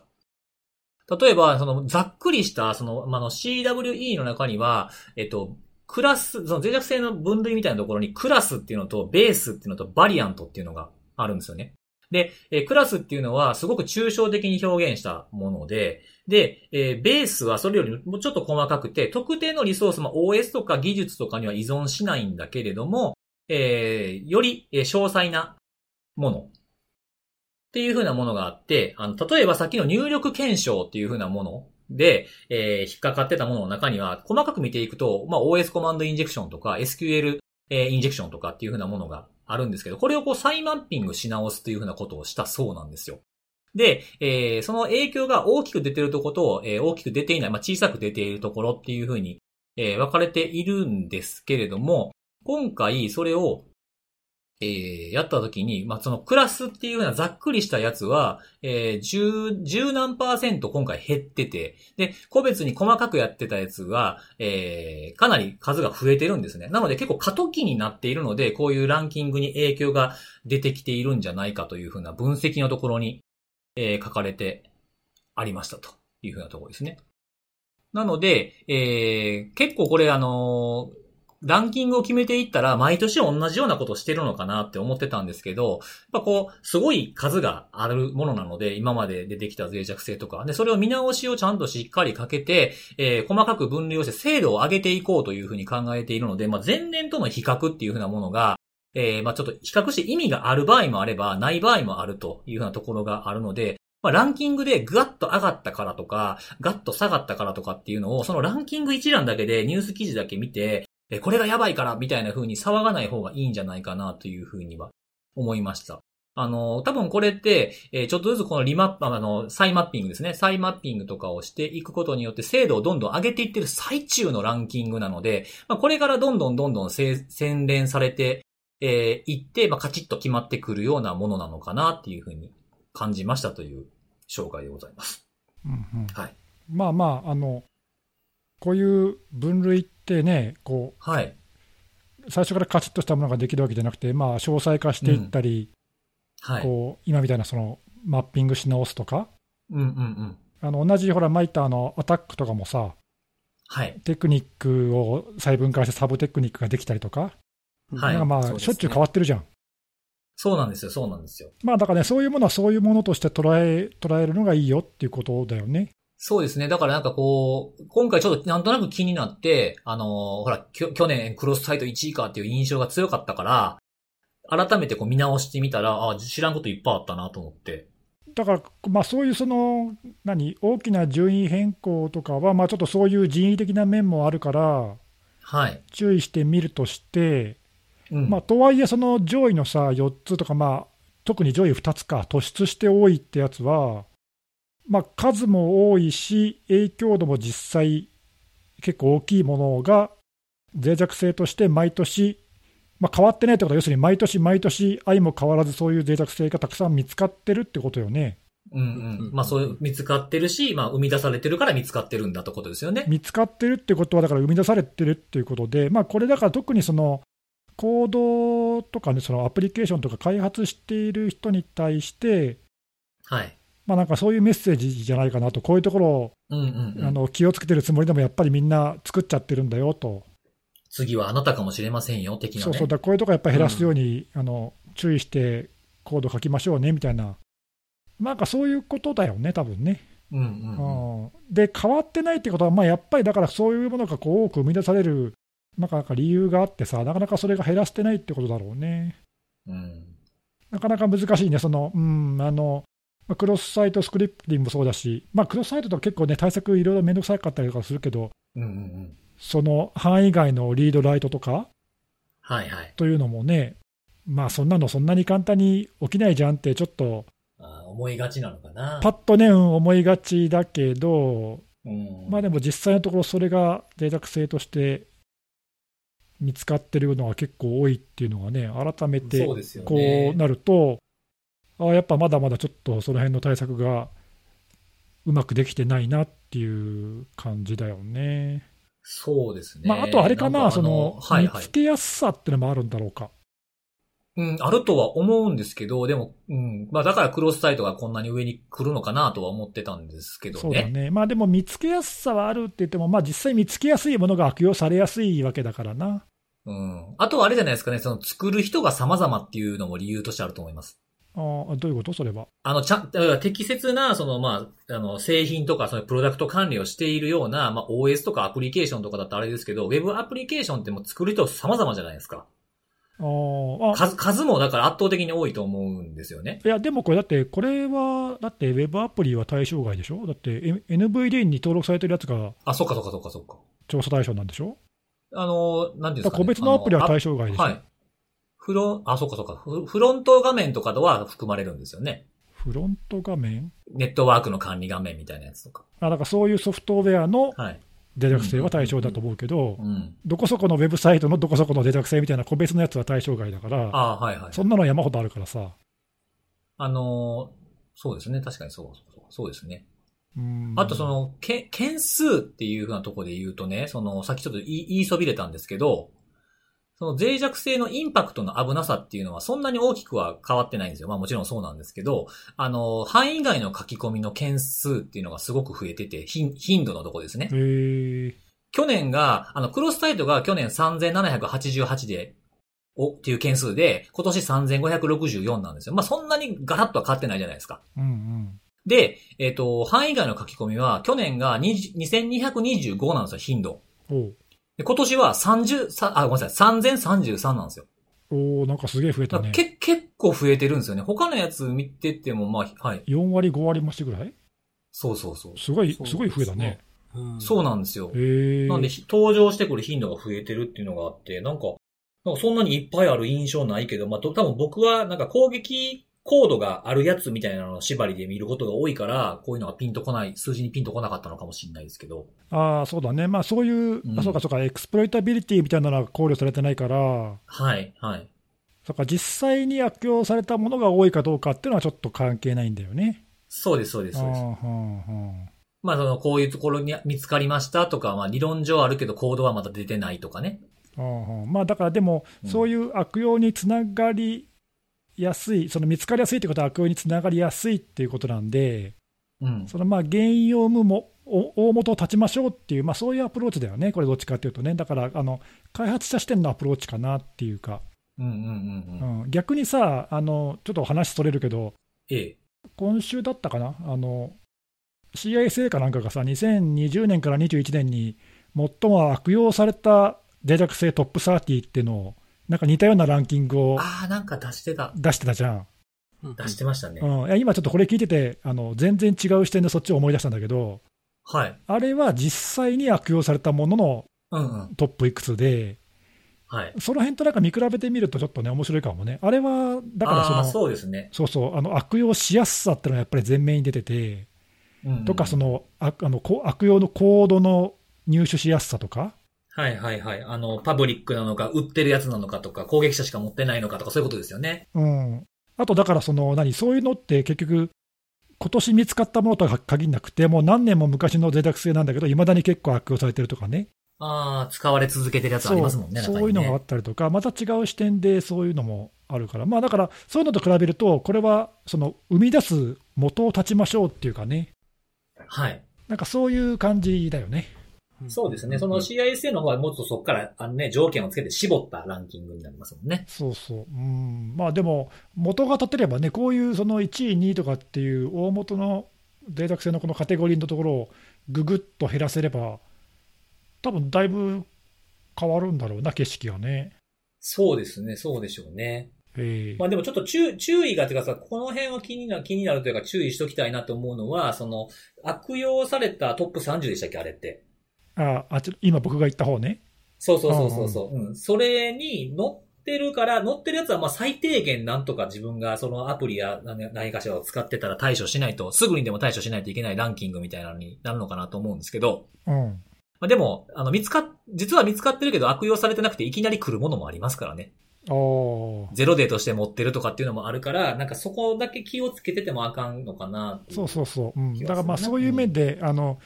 例えば、その、ざっくりした、その、まあ、あの CWE の中には、えっと、クラス、その脆弱性の分類みたいなところにクラスっていうのとベースっていうのとバリアントっていうのがあるんですよね。で、えークラスっていうのはすごく抽象的に表現したもので、で、えーベースはそれよりもちょっと細かくて、特定のリソース、まあ、OS とか技術とかには依存しないんだけれども、えーよりえー詳細なものっていう風なものがあって、あの、例えばさっきの入力検証っていう風なもので、えー引っかかってたものの中には、細かく見ていくと、まあ、OS コマンドインジェクションとか、SQL、えーインジェクションとかっていう風なものがあるんですけど、これをこう再マッピングし直すという風なことをしたそうなんですよ。で、えーその影響が大きく出てるところと、えー大きく出ていない、まあ、小さく出ているところっていう風に、えー分かれているんですけれども、今回それをえーやった時に、まあ、そのクラスっていうようなざっくりしたやつは、えー、10、10何パーセント今回減ってて、で、個別に細かくやってたやつは、えーかなり数が増えてるんですね。なので結構過渡期になっているので、こういうランキングに影響が出てきているんじゃないかというふうな分析のところに、えー書かれてありましたというふうなところですね。なので、えー、結構これあのーランキングを決めていったら、毎年同じようなことをしてるのかなって思ってたんですけど、やっぱこう、すごい数があるものなので、今まで出てきた脆弱性とか。で、それを見直しをちゃんとしっかりかけて、えー細かく分類をして精度を上げていこうというふうに考えているので、まあ、前年との比較っていうふうなものが、えーまあ、ちょっと比較して意味がある場合もあれば、ない場合もあるというふうなところがあるので、まあ、ランキングでグワッと上がったからとか、ガッと下がったからとかっていうのを、そのランキング一覧だけでニュース記事だけ見て、え、これがやばいからみたいな風に騒がない方がいいんじゃないかなという風には思いました。あの、多分これって、えーちょっとずつこのリマップ、あの、再マッピングですね。再マッピングとかをしていくことによって精度をどんどん上げていってる最中のランキングなので、まあ、これからどんどんどんどんせ洗練されて、えーいって、まあ、カチッと決まってくるようなものなのかなっていう風に感じましたという紹介でございます。
うんうん
はい
まあまああの、こういう分類ってね、こ
はい。
う最初からカチッとしたものができるわけじゃなくて、まあ、詳細化していったり、
はい。
こう今みたいなそのマッピングし直すとか、
うんうんうん。
あの同じほら、マイターのアタックとかもさ、
はい。
テクニックを細分化してサブテクニックができたりとか、
はい
なんかまあ、
そうです
しょ
ね
っちゅう変わってるじゃん。
そうなんですよ、そうなんですよ。
まあだからね、そういうものはそういうものとして捉え捉えるのがいいよっていうことだよね。
そうですね。だからなんかこう、今回ちょっとなんとなく気になって、あのーほら、きょ去年クロスサイト1位かっていう印象が強かったから、改めてこう見直してみたら、あ知らんこといっぱいあったなと思って。
だから、まあ、そういうその何大きな順位変更とかは、まあ、ちょっとそういう人為的な面もあるから、
はい。
注意してみるとして、
うん。
まあ、とはいえ、その上位のさ、4つとか、まあ、特に上位2つか、突出して多いってやつは、まあ、数も多いし、影響度も実際、結構大きいものが、脆弱性として毎年、まあ、変わってないってことは、要するに毎年毎年、相も変わらずそういう脆弱性がたくさん見つかってるってことよね。
うんうん。まあそういう、見つかってるし、まあ生み出されてるから見つかってるんだってことですよね。
見つかってるってことは、だから生み出されてるっていうことで、まあ、これだから特にそのコードとかね、そのアプリケーションとか開発している人に対して、
はい。
まあ、なんかそういうメッセージじゃないかなと、こういうところを、
うんうん、うん。
あの気をつけてるつもりでも、やっぱりみんな作っちゃってるんだよと、
次はあなたかもしれませんよ、的な
そ
ね。
うそう、だからこういうところやっぱり減らすように、あの注意してコード書きましょうねみたいな、なんかそういうことだよね、多分ね。
うんうんうん。
うんで、変わってないってことは、まあ、やっぱりだからそういうものがこう多く生み出される、なんかなんか理由があってさ、なかなかそれが減らしてないってことだろうね。
うん。
なかなか難しいね、その、うん、あの、まあクロスサイトスクリプティングもそうだし、まあ、クロスサイトとか結構ね、対策いろいろめんどくさかったりとかするけど、
うんうんうん。
その範囲外のリードライトとか
はいはい。
というのもね、まあそんなのそんなに簡単に起きないじゃんって、ちょっと
あー思いがちなのかな。
パッとね、うん思いがちだけど、
うん。
まあでも実際のところ、それが脆弱性として見つかってるのが結構多いっていうのがね、改めて
そうですよね
こうなると、ああやっぱまだまだちょっとその辺の対策がうまくできてないなっていう感じだよね。
そうですね。
まあ、あとあれかな、
ん
その
はいは
見
い
つ。けやすさっていうのもあるんだろうか。
うん、あるとは思うんですけど、でも、うん、まあだからクロスサイトがこんなに上に来るのかなとは思ってたんですけど
そうだ
ね。
ね。まあでも見つけやすさはあるって言っても、まあ実際見つけやすいものが悪用されやすいわけだからな。
うん。あとはあれじゃないですかね、その作る人が様々っていうのも理由としてあると思います。
あーどういうことそれは。
あの、ちゃん、だから適切な、その、まあ、あの、製品とか、そのプロダクト管理をしているような、まあ、OS とかアプリケーションとかだったらあれですけど、ウェブアプリケーションってもう作る人様々じゃないですか。
あーあ
数、数もだから圧倒的に多いと思うんですよね。
いや、でもこれ、だって、これは、だって、ウェブアプリは対象外でしょだって、N- NVD に登録されてるやつが
あ、そっかそっかそっかそっか。
調査対象なんでしょ
あの、なんていうんですか、ね、
だから個別のアプリは対象外でしょ、
はい。フロン、あ、そうかそうか。フフロント画面とかとは含まれるんですよね。
フロント画面
ネットワークの管理画面みたいなやつとか。
あ、だからそういうソフトウェアの
はい。
脆弱性は対象だと思うけど
う、ん。
どこそこのウェブサイトのどこそこの脆弱性みたいな個別のやつは対象外だから、
あはいはい。
そんなの山ほどあるからさ。
あのーそうですね。確かにそうそうそうそうですね。
うん
あとそ、の、け、件数っていうふうなところで言うとね、その、さっきちょっと言い言いそびれたんですけど、そその脆弱性のインパクトの危なさっていうのはそんなに大きくは変わってないんですよ。まあもちろんそうなんですけど、あの、範囲外の書き込みの件数っていうのがすごく増えてて、頻頻度のとこですね。
へえ
去年が、あの、クロスタイトが去年3788で、お、っていう件数で、今年3564なんですよ。まあ、そんなにガラッとは変わってないじゃないですか。
うんうん。
で、えっ、と、範囲外の書き込みは、去年が20 2225なんですよ、頻度。
おう
で今年は30、さあ、ごめんなさい、3033なんですよ。
おーなんかすげえ増え
だ
た
から
ね。
け結構増えてるんですよね。他のやつ見てても、まあ、はい。
4割、5割増してぐらい
そうそうそう。
すごい、
そうですす
ご
ね
い増えたね。
うん
そうなんですよ。
へえ
なんで、ひ登場してくる頻度が増えてるっていうのがあって、なんか、なんかそんなにいっぱいある印象ないけど、まあ、と多分僕はなんか攻撃コードがあるやつみたいなのを縛りで見ることが多いから、こういうのがピンとこない、数字にピンとこなかったのかもしれないですけど。
ああ、そうだね。まあそういう、
うん
あそうかそうか、エクスプロイタビリティみたいなのは考慮されてないから、
はい、はい。
そっか、実際に悪用されたものが多いかどうかっていうのはちょっと関係ないんだよね。
そうです、そうです、そうです。
あーはんはん
まあ、その、こういうところに見つかりましたとか、まあ、理論上あるけど、コードはまだ出てないとかね。
あーはんまあだからでも、
うん
そういう悪用につながりやすい、その見つかりやすいってことは悪用につながりやすいっていうことなんで、
うん。
そのまあ原因を生むも、お大元を断ちましょうっていう、まあ、そういうアプローチだよね、これ、どっちかっていうとね、だからあの開発者視点のアプローチかなっていうか、
うんうんうんう。
うんん、逆にさあの、ちょっと話それるけど、
ええ。
今週だったかな、あの CISA かなんかがさ、2020年から21年に最も悪用された脆弱性トップ30っていうのを、なんか似たようなランキングを
ああ、なんか出してた。
出してたじゃん。
うん
出してましたね。
うん、いや今ちょっとこれ聞いてて、あの全然違う視点でそっちを思い出したんだけど、
はい。
あれは実際に悪用されたものの
うんうん。
トップいくつで、
はい。
その辺となんか見比べてみると、ちょっとね、面白いかもね。あれは、だからそ
ああ
の、
ー、
そう
そうですね。
そうあの悪用しやすさっていうのがやっぱり前面に出てて、
うんうん
とか、そのああのこう悪用のコードの入手しやすさとか、
はいはいはい。あの、パブリックなのか、売ってるやつなのかとか、攻撃者しか持ってないのかとか、そういうことですよね。
うん、あとだからその、何、そういうのって結局、今年見つかったものとは限らなくて、もう何年も昔の脆弱性なんだけど、いまだに結構悪用されてるとかね、
ああ、使われ続けてるやつあ
そ
りま
う
すもんね、
そういうのがあったりとか、また違う視点でそういうのもあるから、まあ、だからそういうのと比べると、これはその生み出す元を断ちましょうっていうかね、
がはい。
なんかそういう感じだよね。
そうですね。その CISA の方はもっとそこから、あのね、条件をつけて絞ったランキングになりますもんね。
そうそう、うん、まあでも、元が立てればね、こういうその1位、2位とかっていう大元の脆弱性のこのカテゴリーのところをぐぐっと減らせれば、多分だいぶ変わるんだろうな、景色がね。
そうですね、そうでしょうね。
ええ
まあでもちょっと注注意がていうかさ、この辺は気にな気になるというか注意しときたいなと思うのは、その、悪用されたトップ30でしたっけ、あれって。
ああっち今、僕が言った方ね。
そうそうそうそうそう、うん。それに乗ってるから、乗ってるやつはまあ最低限なんとか自分がそのアプリや何何かしらを使ってたら対処しないと、すぐにでも対処しないといけないランキングみたいなのになるのかなと思うんですけど、
うん
まあ、でも、あの、見つかっ、実は見つかってるけど悪用されてなくていきなり来るものもありますからね。
あー
ゼロデーとして持ってるとかっていうのもあるから、なんかそこだけ気をつけててもあかんのかなってい
そうそうそう、うん、
気がするな
だからまあそういう面で、あの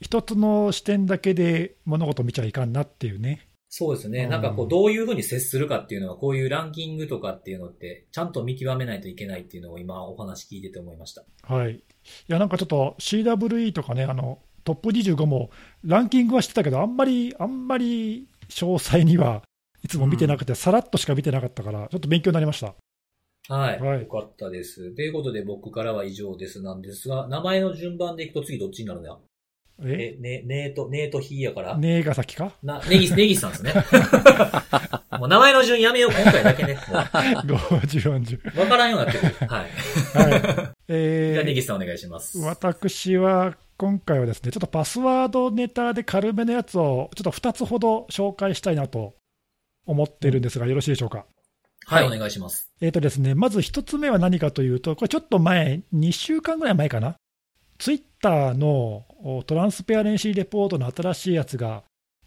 一つの視点だけで物事見ちゃいかんなっていうね、
そうですね。
うん
なんかこう、どういうふうに接するかっていうのは、こういうランキングとかっていうのって、ちゃんと見極めないといけないっていうのを今お話聞いてて思いました。
はい、いやなんかちょっと CWE とかね、あのトップ25もランキングはしてたけど、あんまり、あんまり詳細にはいつも見てなくて、さらっとしか見てなかったから、ちょっと勉強になりました。
はい。
はい
よかったです。ということで僕からは以上ですなんですが、名前の順番でいくと次どっちになるんだよ。
え
え、ね、ねえと、ねえとひーやから。
ねえが 先か
な、ネギス、ネギスさんです ね。もう名前の順やめよう、今回だけね。も
?50、40。
うわからんようになってくる。はい。
はい。
じゃあネ
え
ギスさんお願いします。
ー、私は今回はですね、ちょっとパスワードネタで軽めのやつを、ちょっと2つほど紹介したいなと思っているんですが、よろしいでしょうか。
はい、
はい
お願いします。
えーとですね、まず一つ目は何かというと、これちょっと前、2週間ぐらい前かな、ツイッターのおトランスペアレンシーレポートの新しいやつが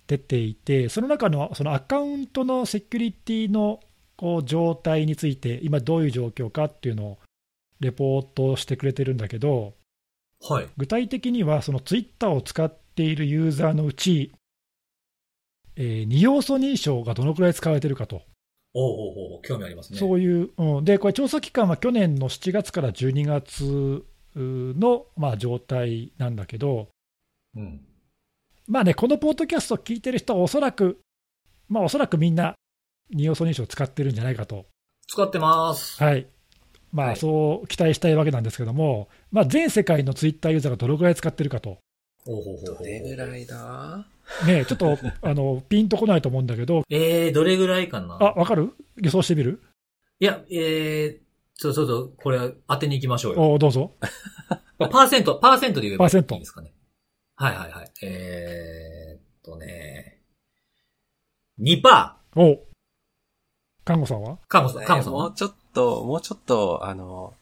出ていて、その中のそのアカウントのセキュリティのこう状態について、今どういう状況かっていうのをレポートしてくれてるんだけど、
はい。
具体的にはそのツイッターを使っているユーザーのうち、えー二要素認証がどのくらい使われてるかと、
おうおうおう興味ありますね。
そういう、うん、でこれ、調査期間は去年の7月から12月うの、まあ、状態なんだけど、
うん。
まあね、このポッドキャストを聞いてる人はおそらく、まあ、おそらくみんな、二要素認証を使ってるんじゃないかと、
使ってます。
はいま
は
あ、
い
そう期待したいわけなんですけども、まあ、全世界のツイッターユーザーがどのくらい使ってるかと、
おうおうおうお
ど
う
れぐらいだ
ね、ちょっ とあのピンとこないと思うんだけど、
えー、どれぐらいかな
あわかる予想してみる
いや、えー、そうそうそう、これ当てに行きましょうよ。
おどうぞ、
パーセント、パーセントで言えば
パ
い
ーセント
いですかね。はいはいはい。えーっとね、2%!
お看護さんは
カモさん、カモさん
も
は
うちょっと、もうちょっと、あの、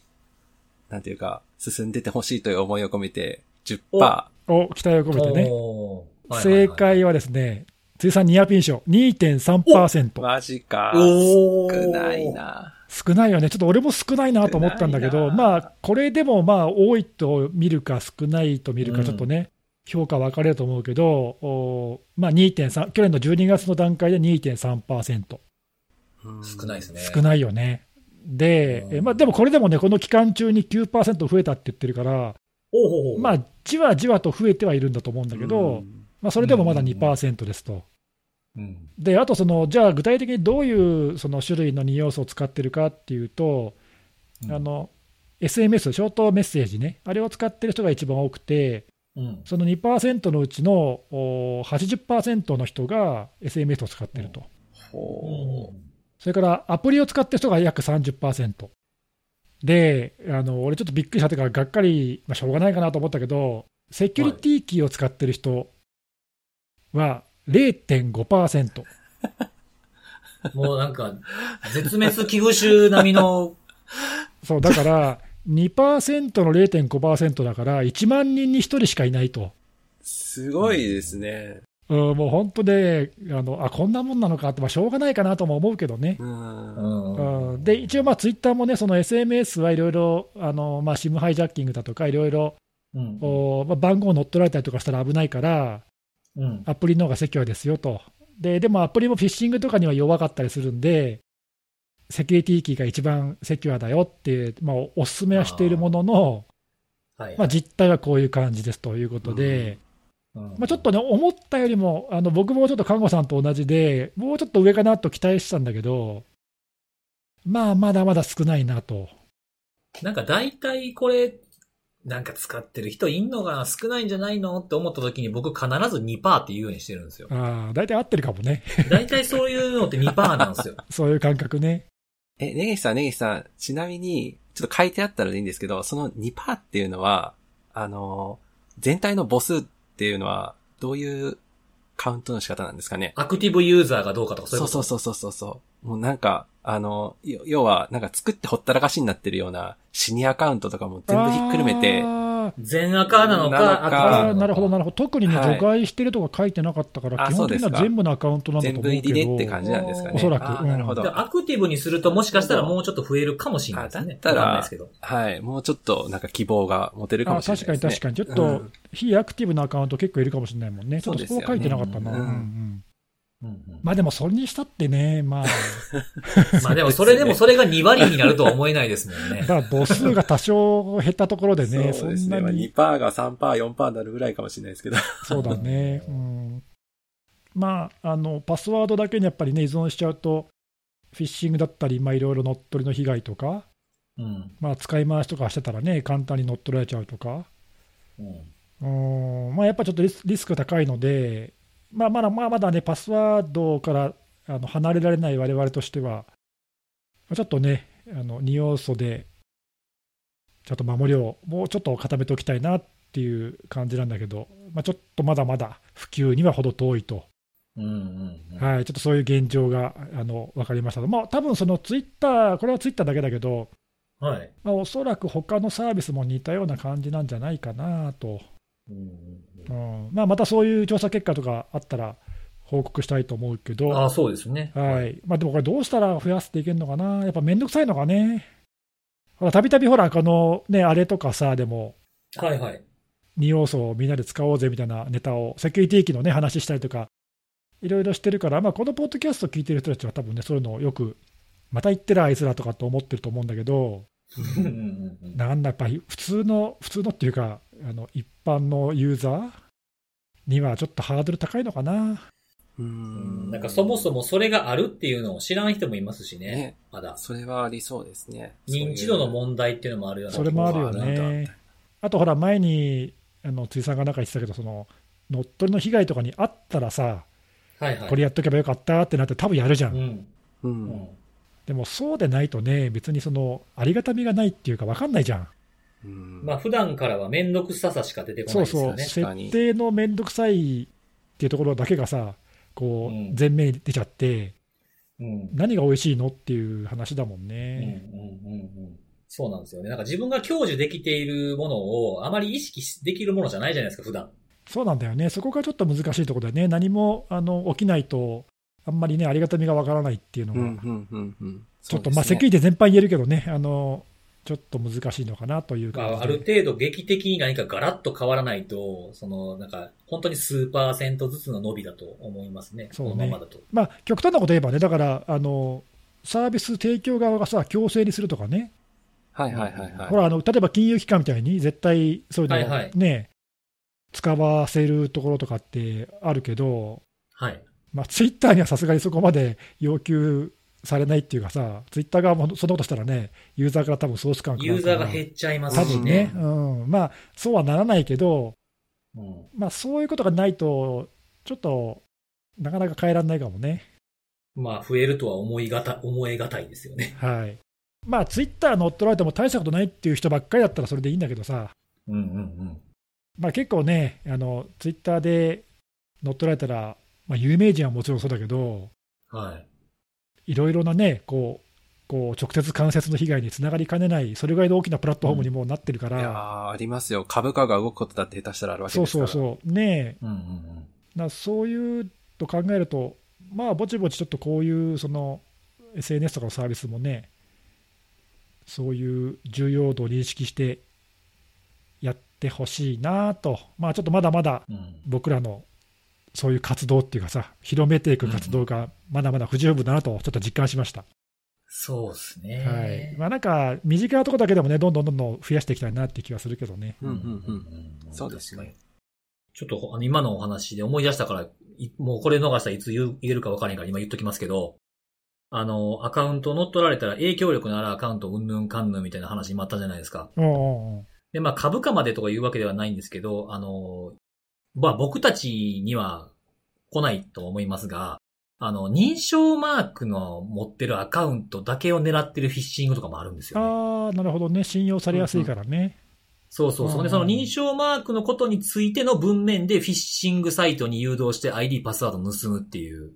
なんていうか、進んでてほしいという思いを込めて、10%。
お期待を込めてね、
おーはいはいはい
正解はですね、辻さん、ニアピン賞、2.3%、
マジか。
おー
少ないな。
少ないよね、ちょっと俺も少ないなと思ったんだけど、
少ないな
まあ、これでもまあ、多いと見るか、少ないと見る
う
か、
ん
ちょっとね、評価分かれると思うけど、おまあ、2.3、去年の12月の段階で2.3%。
少ないですね。
少ないよね。で、
うん
えまあ、でもこれでもね、この期間中に9%増えたって言ってるから、
おうおうおう
まあ、じわじわと増えてはいるんだと思うんだけど、
うん
まあ、それでもまだ
うん
2%ですと。
うん
で、あとその、じゃあ具体的にどういうその種類の2要素を使ってるかっていうと、
うん
あの SMS、ショートメッセージね、あれを使ってる人が一番多くて、
うん。
その2%のうちのお80%の人が SMS を使ってると。
ほ
それからアプリを使ってる人が約30%。で、あの俺ちょっとびっくりしたというか、がっかり、まあ、しょうがないかなと思ったけど、セキュリティキーを使ってる人は0.5%。
もうなんか、絶滅危惧種並みの、
そう、だから、2%の0.5%だから、1万人に1人しかいないと。
うすごいですね。
うん、もう本当で、あのあこんなもんなのかって、まあ、しょうがないかなとも思うけどね。
うん
う
うんん、で一応、ツイッターもね、その SMS はいろいろ、あのまあ、SIM ハイジャッキングだとか、いろいろ
うん
おまあ、番号を乗っ取られたりとかしたら危ないから、
うん
アプリの方がセキュアですよと。で、でもアプリもフィッシングとかには弱かったりするんで、セキュリティキーが一番セキュアだよって、まあ、おお勧めはしているものの、
はい
まあ、実態はこういう感じですということで、
うん
まあ、ちょっとね、思ったよりも、あの僕もちょっと看護さんと同じで、もうちょっと上かなと期待してたんだけど、まあ、まだまだ少ないなと。
なんか大体これ、なんか使ってる人いんのかな少ないんじゃないのって思った時に僕必ず2%って言うようにしてるんです よ。
ああ、大体合ってるかもね。
大体そういうのって2%なんですよ。
そういう感覚ね。
え、ネギさん、ネギさん、ちなみに、ちょっと書いてあったらでいいんですけど、その2%っていうのは、あの、全体の母数っていうのは、どういうカウントの仕方なんですかね
アクティブユーザーがどうかとかそういう
そ
こと。
うそうそうそうそうそう。もうなんか、あの、よ要は、なんか作ってほったらかしになってるようなシニアアカウントとかも全部ひっくるめて
あ、ー
全赤なの
な
か、
のか
赤
あーなるほど、な
る
るほど、特にね、
はい
除外してるとか書いてなかったから、
あ
基本的に
そう
は
ですか
全部のアカウントなんだと思
全
う
部
け
入りでって
ど、
感じなんですかね。
おそらく
あー
うん
なるほど。
アクティブにするともしかしたらもうちょっと増えるかもしれないですね。
あだったら
わかんないですけど。
はい。もうちょっと、なんか希望が持てるかも
あ
しれない
確
で
かに
すね。
確かに、ちょっ
う
と
ん
非アクティブなアカウント結構いるかもしれないもんね、ちょっとそこは書いてなかったな。
そううですよね
んうん
うんうん
まあでも、それにしたってね、まあ、
まあでもそれでもそれが2割になるとは思えないですもんね
だ。から母数が多少減ったところでね、
そ
そう
です
ん
ね。
な
まあ
に
2%が3%、4%になるぐらいかもしれないですけど。
そうだね、うん、まああの、パスワードだけにやっぱりね、依存しちゃうと、フィッシングだったり、まあいろいろ乗っ取りの被害とか、
うん。
まあ、使い回しとかしてたらね、簡単に乗っ取られちゃうとか、
うん
うーんまあ、やっぱちょっとリスリスク高いので、まあ、まだまあまだね、パスワードからあの離れられない我々としては、ちょっとね、あの2要素で、ちょっと守りをもうちょっと固めておきたいなっていう感じなんだけど、まあ、ちょっとまだまだ普及には程遠いと、
うんうんうん。
はい、ちょっとそういう現状があの分かりました。まあ多分そのツイッター、これはツイッターだけだけど、
はい。
まあ、おそらく他のサービスも似たような感じなんじゃないかなと、
うんうんうん
うんまあ、またそういう調査結果とかあったら報告したいと思うけど、
ああ、
は
そうですね。
いまあ、でもこれ、どうしたら増やしていけるのかな、やっぱめんどくさいのかね、ほらたびたびほら、このね、あれとかさ、でも、
はいはい。
2要素をみんなで使おうぜみたいなネタを、セキュリティ機のね、話したりとか、いろいろしてるから、まあ、このポッドキャスト聞いてる人たちは多分ね、そういうのをよく、また言ってるあいつらとかと思ってると思うんだけど、
うんうんうん
なんだ、やっぱり普通の、普通のっていうか、あの一般のユーザーにはちょっとハードル高いのかな。
う
うん
ん
なんかそもそ
も。
もそれがあるっていうのを知らん人もいますしね。
ね
まだ。
それはありそうですね。
認知度の問題っていうのもあるような。
それもあるよ
そうなんだみ
ね。あとほら、前にあの辻さんがなんか言ってたけど、その乗っ取りの被害とかにあったらさ、
はいはい。
これやっとけばよかったってなって、多分やるじゃん。
うん。
そういう。
う
う。
んん。
でもそうでないとね、別にそのありがたみがないっていうか、分かんないじゃん。
うん
まあ普段からは面倒くささしか出てこない
そう
です
そ
よ
う、
ね。
確かに
設定のめんどくさいっていうところだけがさ、こ
うん
う前面に出ちゃって、
うん。うん
何が美味しいのっていう話だもん
うんうん
ね。
うん。そうなんですよね。なんか自分が享受できているものをあまり意識しできるものじゃないじゃないですか、普段。
そうなんだよね、そこがちょっと難しいところだよね、何もあの起きないと、あんまりね、ありがたみが分からないっていうの
う
が、
ん、うん、うん、うん。
ちょっと、
そうですね
まあ、セキュリティ全般言えるけどね、あのちょっと難しいのかなという
ま
感じで
あ、ある程度劇的に何かガラッと変わらないと、その、なんか、本当に数パーセントずつの伸びだと思いますね。
そうね
このままだと。
まあ、極端なこと言えばね、だからあの、サービス提供側がさ、強制にするとかね、
はいはいはいはい。
ほらあの、例えば金融機関みたいに、絶対そういうのをね、
はいはい
使わせるところとかってあるけど、
はい。
まあ、ツイッターにはさすがにそこまで要求されないっていうかさ、ツイッター側もそんなことしたらね、ユーザーから多分ソース感
ユーザーが
減
減っちゃいます
多
し
分
ね
ね、。うん、まあ、そうはならないけど、
うん
まあ、そういうことがないと、ちょっとなかなか変えられないかもね。
まあ、増えるとは思いがた、思えがたいですよね。
はいまあ、ツイッター乗っ取られても大したことないっていう人ばっかりだったらそれでいいんだけどさ、
うんうん
まあ、結構ね、あのツイッターで乗っ取られたら、まあ、有名人はもちろんそうだけど、
うん。はい。
いろいろなね、こう、こう直接間接の被害につながりかねない、それぐらいの大きなプラットフォームにもうなってるか
いや
ら、
ーありますよ。株価が動くことだって下手したらあるわけ
そう
ですか
そう
ら。う
そう、ね
うんうんうん。
えなそういうと考えると、まあ、ぼちぼちちょっとこういうその SNS とかのサービスもね、そういう重要度を認識してやってほしいなと、まあ、ちょっとまだまだ
うん
僕らのそういう活動っていうかさ、広めていく活動がまだまだ不十分だなと、ちょっと実感しました。
そうです
はい
ね。
まあ、なんか、身近なところだけでもね、どんどんどんどん増やしていきたいなって気はするけどね。
んうんうん。
ん
そうですね。
ちょっとあの今のお話で思い出したから、いもうこれ逃したらいつ言う言えるか分からへんから今言っときますけど、あの、アカウント乗っ取られたら影響力のあるアカウントうんぬんかんぬんみたいな話今あったじゃないですか。
うんうんうん
で、まあ株価までとか言うわけではないんですけど、あの、まあ僕たちには来ないと思いますが、あの、認証マークの持ってるアカウントだけを狙ってるフィッシングとかもあるんですよね。
ああ、なるほどね、信用されやすいからね。
そうそうそう。
うん
で、その認証マークのことについての文面でフィッシングサイトに誘導して ID パスワードを盗むっていう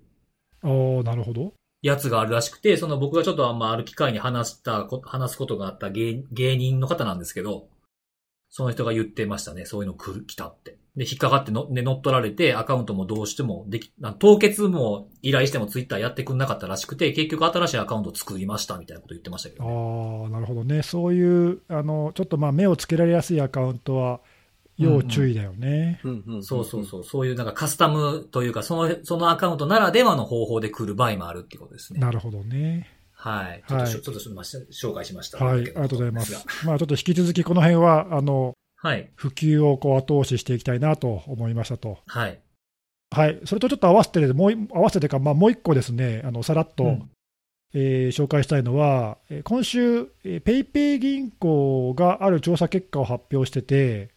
おおなるほど。
やつがあるらしくて、その僕がちょっとあんまある機会に話したこ、話すことがあった芸芸人の方なんですけど、その人が言ってましたね。そういうの来る、来たって。で、引っかかっての、ね、乗っ取られて、アカウントもどうしてもでき、あ凍結も依頼してもツイッターやってくんなかったらしくて、結局新しいアカウントを作りましたみたいなこと言ってましたけ
あ
ど、ね。
あ、なるほどね、そういう、あのちょっとまあ目をつけられやすいアカウントは、要注意だよね。
んうんん。
そうそうそう。そういうなんかカスタムというか、その、そのアカウントならではの方法で来る場合もあるってことですね。
なるほどね。
はい。ちょっとしょ、
はい
ちょっと、まあ、し紹介しました。
はい、ありがとうございま
です
す。まあちょっと引き続き、この辺は、あの
がはい。
普及をこう後押ししていきたいなと思いましたと。
はい。
はい、それとちょっと合わせて、もうい合わせてか、まあ、もう一個ですね、あのさらっと、
うん
えー紹介したいのは、えー今週、えー PayPay 銀行がある調査結果を発表してて、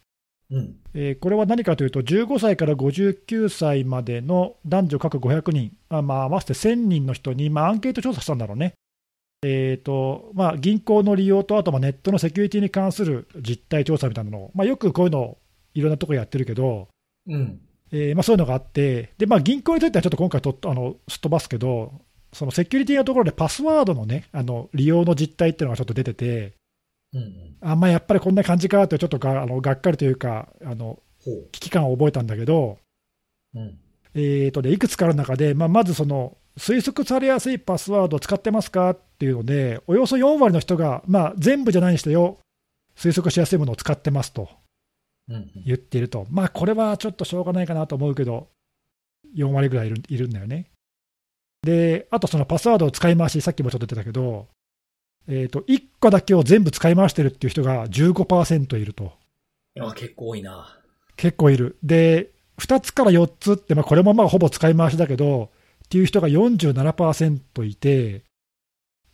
うん。
えーこれは何かというと、15歳から59歳までの男女各500人、あまあ、合わせて1000人の人に、まあ、アンケート調査したんだろうね。えーとまあ、銀行の利用と、あとまあネットのセキュリティに関する実態調査みたいなのを、まあ、よくこういうの、いろんなところやってるけど、
うん。
えーまあ、そういうのがあって、でまあ、銀行についてはちょっと今回とっあのすっ飛ばすけど、そのセキュリティのところでパスワードの,、ね、あの利用の実態っていうのがちょっと出てて、
うんうん。
あんまあやっぱりこんな感じかって、ちょっとがあのがっかりというかあの、
ほう。
危機感を覚えたんだけど、
うん。
えーとね、いくつかある中で、まあ、まずその推測されやすいパスワードを使ってますかっていうので、およそ4割の人が、まあ、全部じゃないにしてよ、推測しやすいものを使ってますと。
うんうん。
言っていると、まあ、これはちょっとしょうがないかなと思うけど、 4割ぐらいいるいるんだよね。で、あとそのパスワードを使い回し、さっきもちょっと言ってたけど、えっ、と、1個だけを全部使い回してるっていう人が15%いると。
あ結構多いな。
結構いる。で、2つから4つって、まあ、これもまあほぼ使い回しだけど、っていう人が47%いて、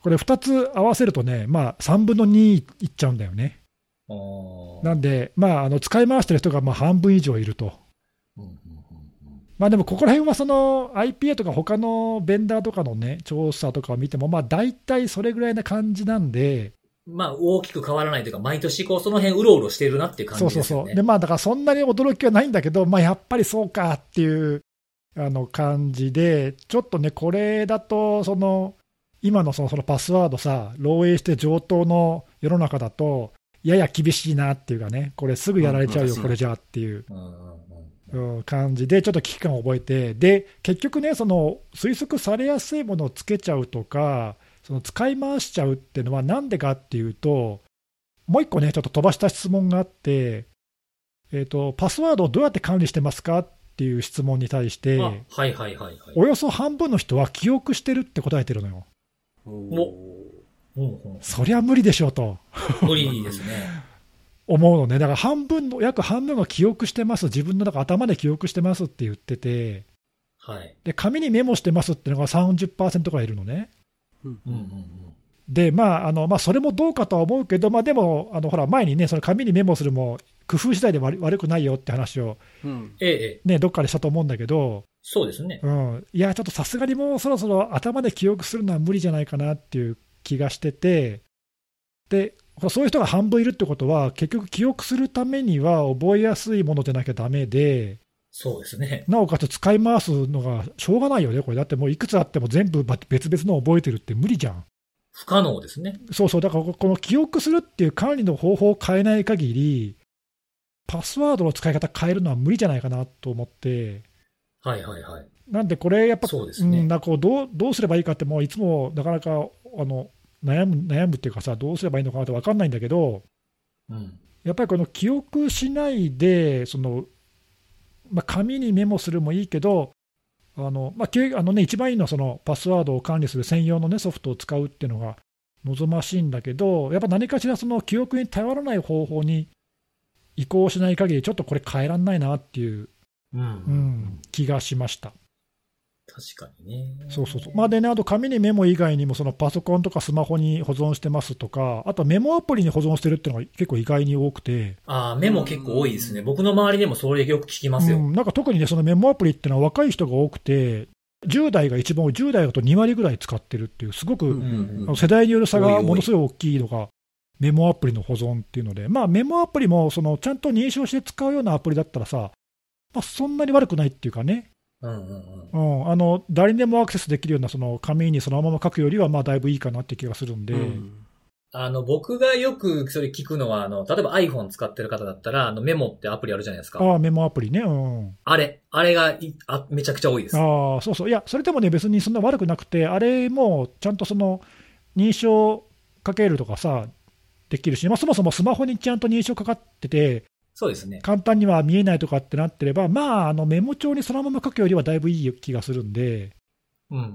これ2つ合わせるとね、まあ、3分の2いっちゃうんだよね。
あー
なんで、まあ、あの使い回してる人がまあ半分以上いると。
うんうんうんうん
まあ、でもここら辺はその IPA とか他のベンダーとかのね、調査とかを見ても、まあ、大体それぐらいな感じなんで、
まあ、大きく変わらないというか、毎年こう、その辺うろうろしてるなっていう感じ
そう
です
そう
よね。
そう。で、まあ、だからそんなに驚きはないんだけど、まあ、やっぱりそうかっていうあの感じで、ちょっとね、これだと、その、今のそのそのパスワードさ、漏洩して上等の世の中だと、やや厳しいなっていうかね、これすぐやられちゃうよ、
うん
これじゃあっていう。
うんうんうん
うん感じで、ちょっと危機感を覚えて、で結局ね、その推測されやすいものをつけちゃうとか、その使い回しちゃうっていうのは、なんでかっていうと、もう一個ね、ちょっと飛ばした質問があって、えーと、パスワードをどうやって管理してますかっていう質問に対して、
あ、はいはいはいはい。
およそ半分の人は記憶してるって答えてるのよ。
お
うんうん
そりゃ無理でしょうと
無理ですね。
思うのね、だから半分の、約半分が記憶してます、自分の中頭で記憶してますって言ってて。
はい。
で紙にメモしてますっていうのが30%くらいいるのね。
うん
うんうんうん。
で、まあ、あのまあ、それもどうかとは思うけど、まあ、でも、あのほら、前にね、その紙にメモするも、工夫次第で悪悪くないよって話を、
うん。
ええ、ええ、
ね、どっかでしたと思うんだけど、
そうですね。
うん、いや、ちょっとさすがにもうそろそろ頭で記憶するのは無理じゃないかなっていう気がしてて、で、ほらそういう人が半分いるってことは、結局、記憶するためには覚えやすいものでなきゃダメで、
そうですね。
なおかつ使い回すのがしょうがないよね、これ、だってもういくつあっても全部ば別々のを覚えてるって無理じゃん。
不可能ですね。
そうそう、だからここの記憶するっていう管理の方法を変えない限り、パスワードの使い方変えるのは無理じゃないかなと思って、
はいはいはい。
なんでこれ、やっぱ、
そうですね
うんなんかこうどうどうすればいいかって、もういつもなかなかあの悩む悩むっていうかさ、どうすればいいのかなって分かんないんだけど、
うん。
やっぱりこの記憶しないで、そのまあ、紙にメモするもいいけど、あのまあけあのね、一番いいのはそのパスワードを管理する専用の、ね、ソフトを使うっていうのが望ましいんだけど、やっぱ何かしらその記憶に頼らない方法に移行しない限り、ちょっとこれ変えらんないなっていう、
うん。
うん、気がしました。
確かにね。
そうそうそう。まあ、でね、あと紙にメモ以外にも、そのパソコンとかスマホに保存してますとか、あとメモアプリに保存してるっていうのが結構意外に多くて、
ああ、目も結構多いですね。僕の周りでもそれよく聞きます
う
よ。
ん、なんか特にね、そのメモアプリっていうのは若い人が多くて、10代が一番多い、10代だと2割ぐらい使ってるっていう、すごく、
うん
あの世代による差がものすごい大きいのが、メモアプリの保存っていうので、まあ、メモアプリもそのちゃんと認証して使うようなアプリだったらさ、まあ、そんなに悪くないっていうかね、
うんうんうん。
うん、あの誰にでもアクセスできるようなその紙にそのまま書くよりは、まあだいぶいいかなって気がするんで。
うん
あの、僕がよくそれ聞くのは、あの、例えば iPhone 使ってる方だったら、あの、メモってアプリあるじゃないですか。
ああ、メモアプリね。うん。
あれ、あれがいあ、めちゃくちゃ多いです。
ああ、そうそう。いや、それでもね、別にそんな悪くなくて、あれもちゃんとその認証かけるとかさ、できるし、まあ、そもそもスマホにちゃんと認証かかってて、
そうですね。
簡単には見えないとかってなってれば、まあ、あのメモ帳にそのまま書くよりはだいぶいい気がするんで、
うんうんうん。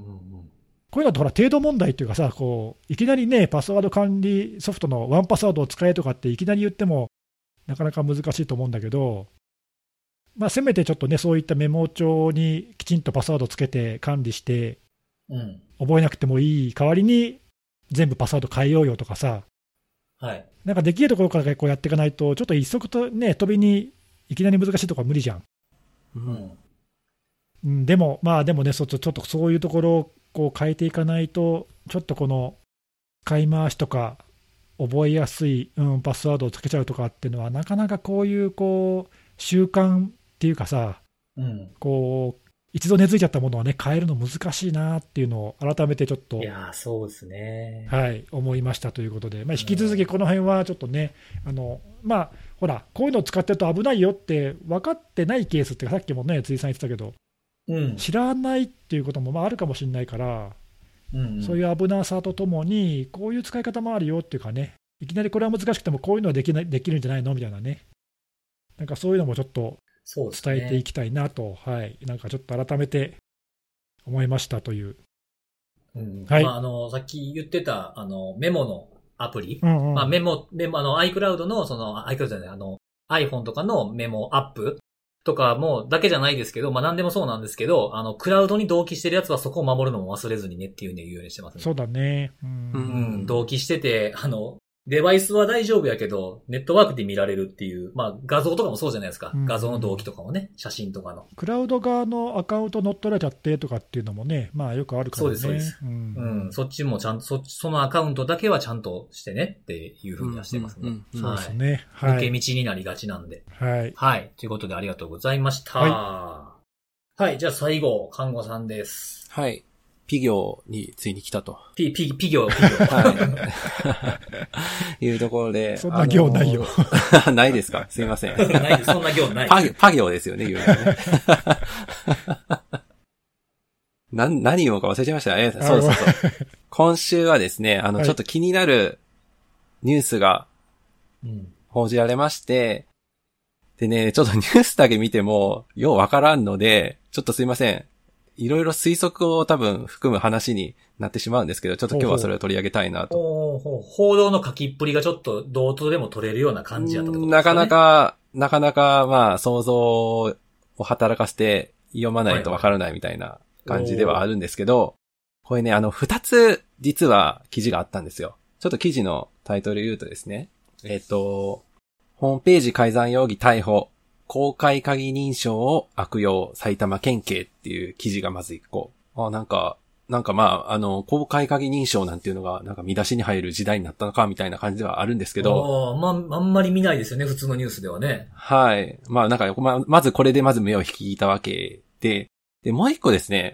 こういうのってほら、程度問題っていうかさ、こういきなりね、パスワード管理ソフトのワンパスワードを使えとかっていきなり言っても、なかなか難しいと思うんだけど、まあ、せめてちょっとね、そういったメモ帳にきちんとパスワードつけて管理して、
うん。
覚えなくてもいい代わりに、全部パスワード変えようよとかさ、
はい。
なんかできるところからこうやっていかないと、ちょっと一足とね、飛びにいきなり難しいところは無理じゃん。
う
う
んん。
うん、でも、まあでもね、そうちょちょっとそういうところをこう変えていかないと、ちょっとこの使い回しとか、覚えやすい、うん、パスワードをつけちゃうとかっていうのは、なかなかこういうこう習慣っていうかさ、
うん。
こう一度根付いちゃったものはね、変えるの難しいなっていうのを、改めてちょっと
い。やー、そうですね。
はい、思いましたということで、まあ、引き続きこの辺はちょっとね、あのまあ、ほら、こういうのを使ってると危ないよって分かってないケースっていうか、さっきもね、辻さん言ってたけど、
うん。
知らないっていうこともまああるかもしれないから、
うん。
そう
う。
いう危なさとともに、こういう使い方もあるよっていうかね、いきなりこれは難しくても、こういうのはできないできるんじゃないのみたいなね、なんかそういうのもちょっと
そうですね。
伝えていきたいなと、はい、なんかちょっと改めて思いましたという。
うん
はい
まあ、あの、さっき言ってた、あの、メモのアプリ。
うんうん
まあ、メモ、メモ、あの、iCloud の、その、iCloud じゃない、あの、iPhone とかのメモアップとかも、だけじゃないですけど、まあ、なんでもそうなんですけど、あの、クラウドに同期してるやつはそこを守るのも忘れずにねっていうね、言うようにしてますね。
そうだね。うん
うん
うん、同期してて、あの、デバイスは大丈夫やけど、ネットワークで見られるっていう、まあ、画像とかもそうじゃないですか
う。ん
画像の同期とかもね、写真とかの。
クラウド側のアカウント乗っ取られちゃってとかっていうのもね、まあよくあるからね。
そうです
う。
うんん、そっちもちゃんと、そそのアカウントだけはちゃんとしてねっていうふうにはしてますね。
うんうんうん
そう
は
です
い。
ね。は
抜
い
け。道になりがちなんで。
はい。
はい。ということでありがとうございました。はい。じゃあ最後、看護さんです。
はい。ピ行についに来たと。
ピ、ピ、ピ 行、ピ行。
はい。いうところで。
そんな行ないよ
あのー。 ないですかすいません。
ないです。そんな行ない。
パ行、パ行ですよね、言う のはね。な、何言おうか忘れちゃいました。え、そうそうそう。今週はですね、あの、
はい
ちょっと気になるニュースが
うん。
報じられまして、でね、ちょっとニュースだけ見ても、ようわからんので、ちょっとすいません。いろいろ推測を多分含む話になってしまうんですけど、ちょっと今日はそれを取り上げたいなと。
ほうほう報道の書きっぷりがちょっと、どうとでも取れるような感じやったってことで
な
すか
か
ね。
な。か、なかなか、まあ、想像を働かせて読まないとわからないみたいな感じではあるんですけど、これね、あの、二つ、実は記事があったんですよ。ちょっと記事のタイトル言うとですね、えっと、ホームページ改ざん容疑逮捕、公開鍵認証を悪用埼玉県警っていう記事がまず一個。あ、なんか、なんかまあ、あの、公開鍵認証なんていうのが、なんか見出しに入る時代になったのか、みたいな感じではあるんですけ
あ
ど、
ーまあ、あんまり見ないですよね、普通のニュースではね。
はい。まあなんか、まあまずこれでまず目を引いたわけで、で、もう一個ですね、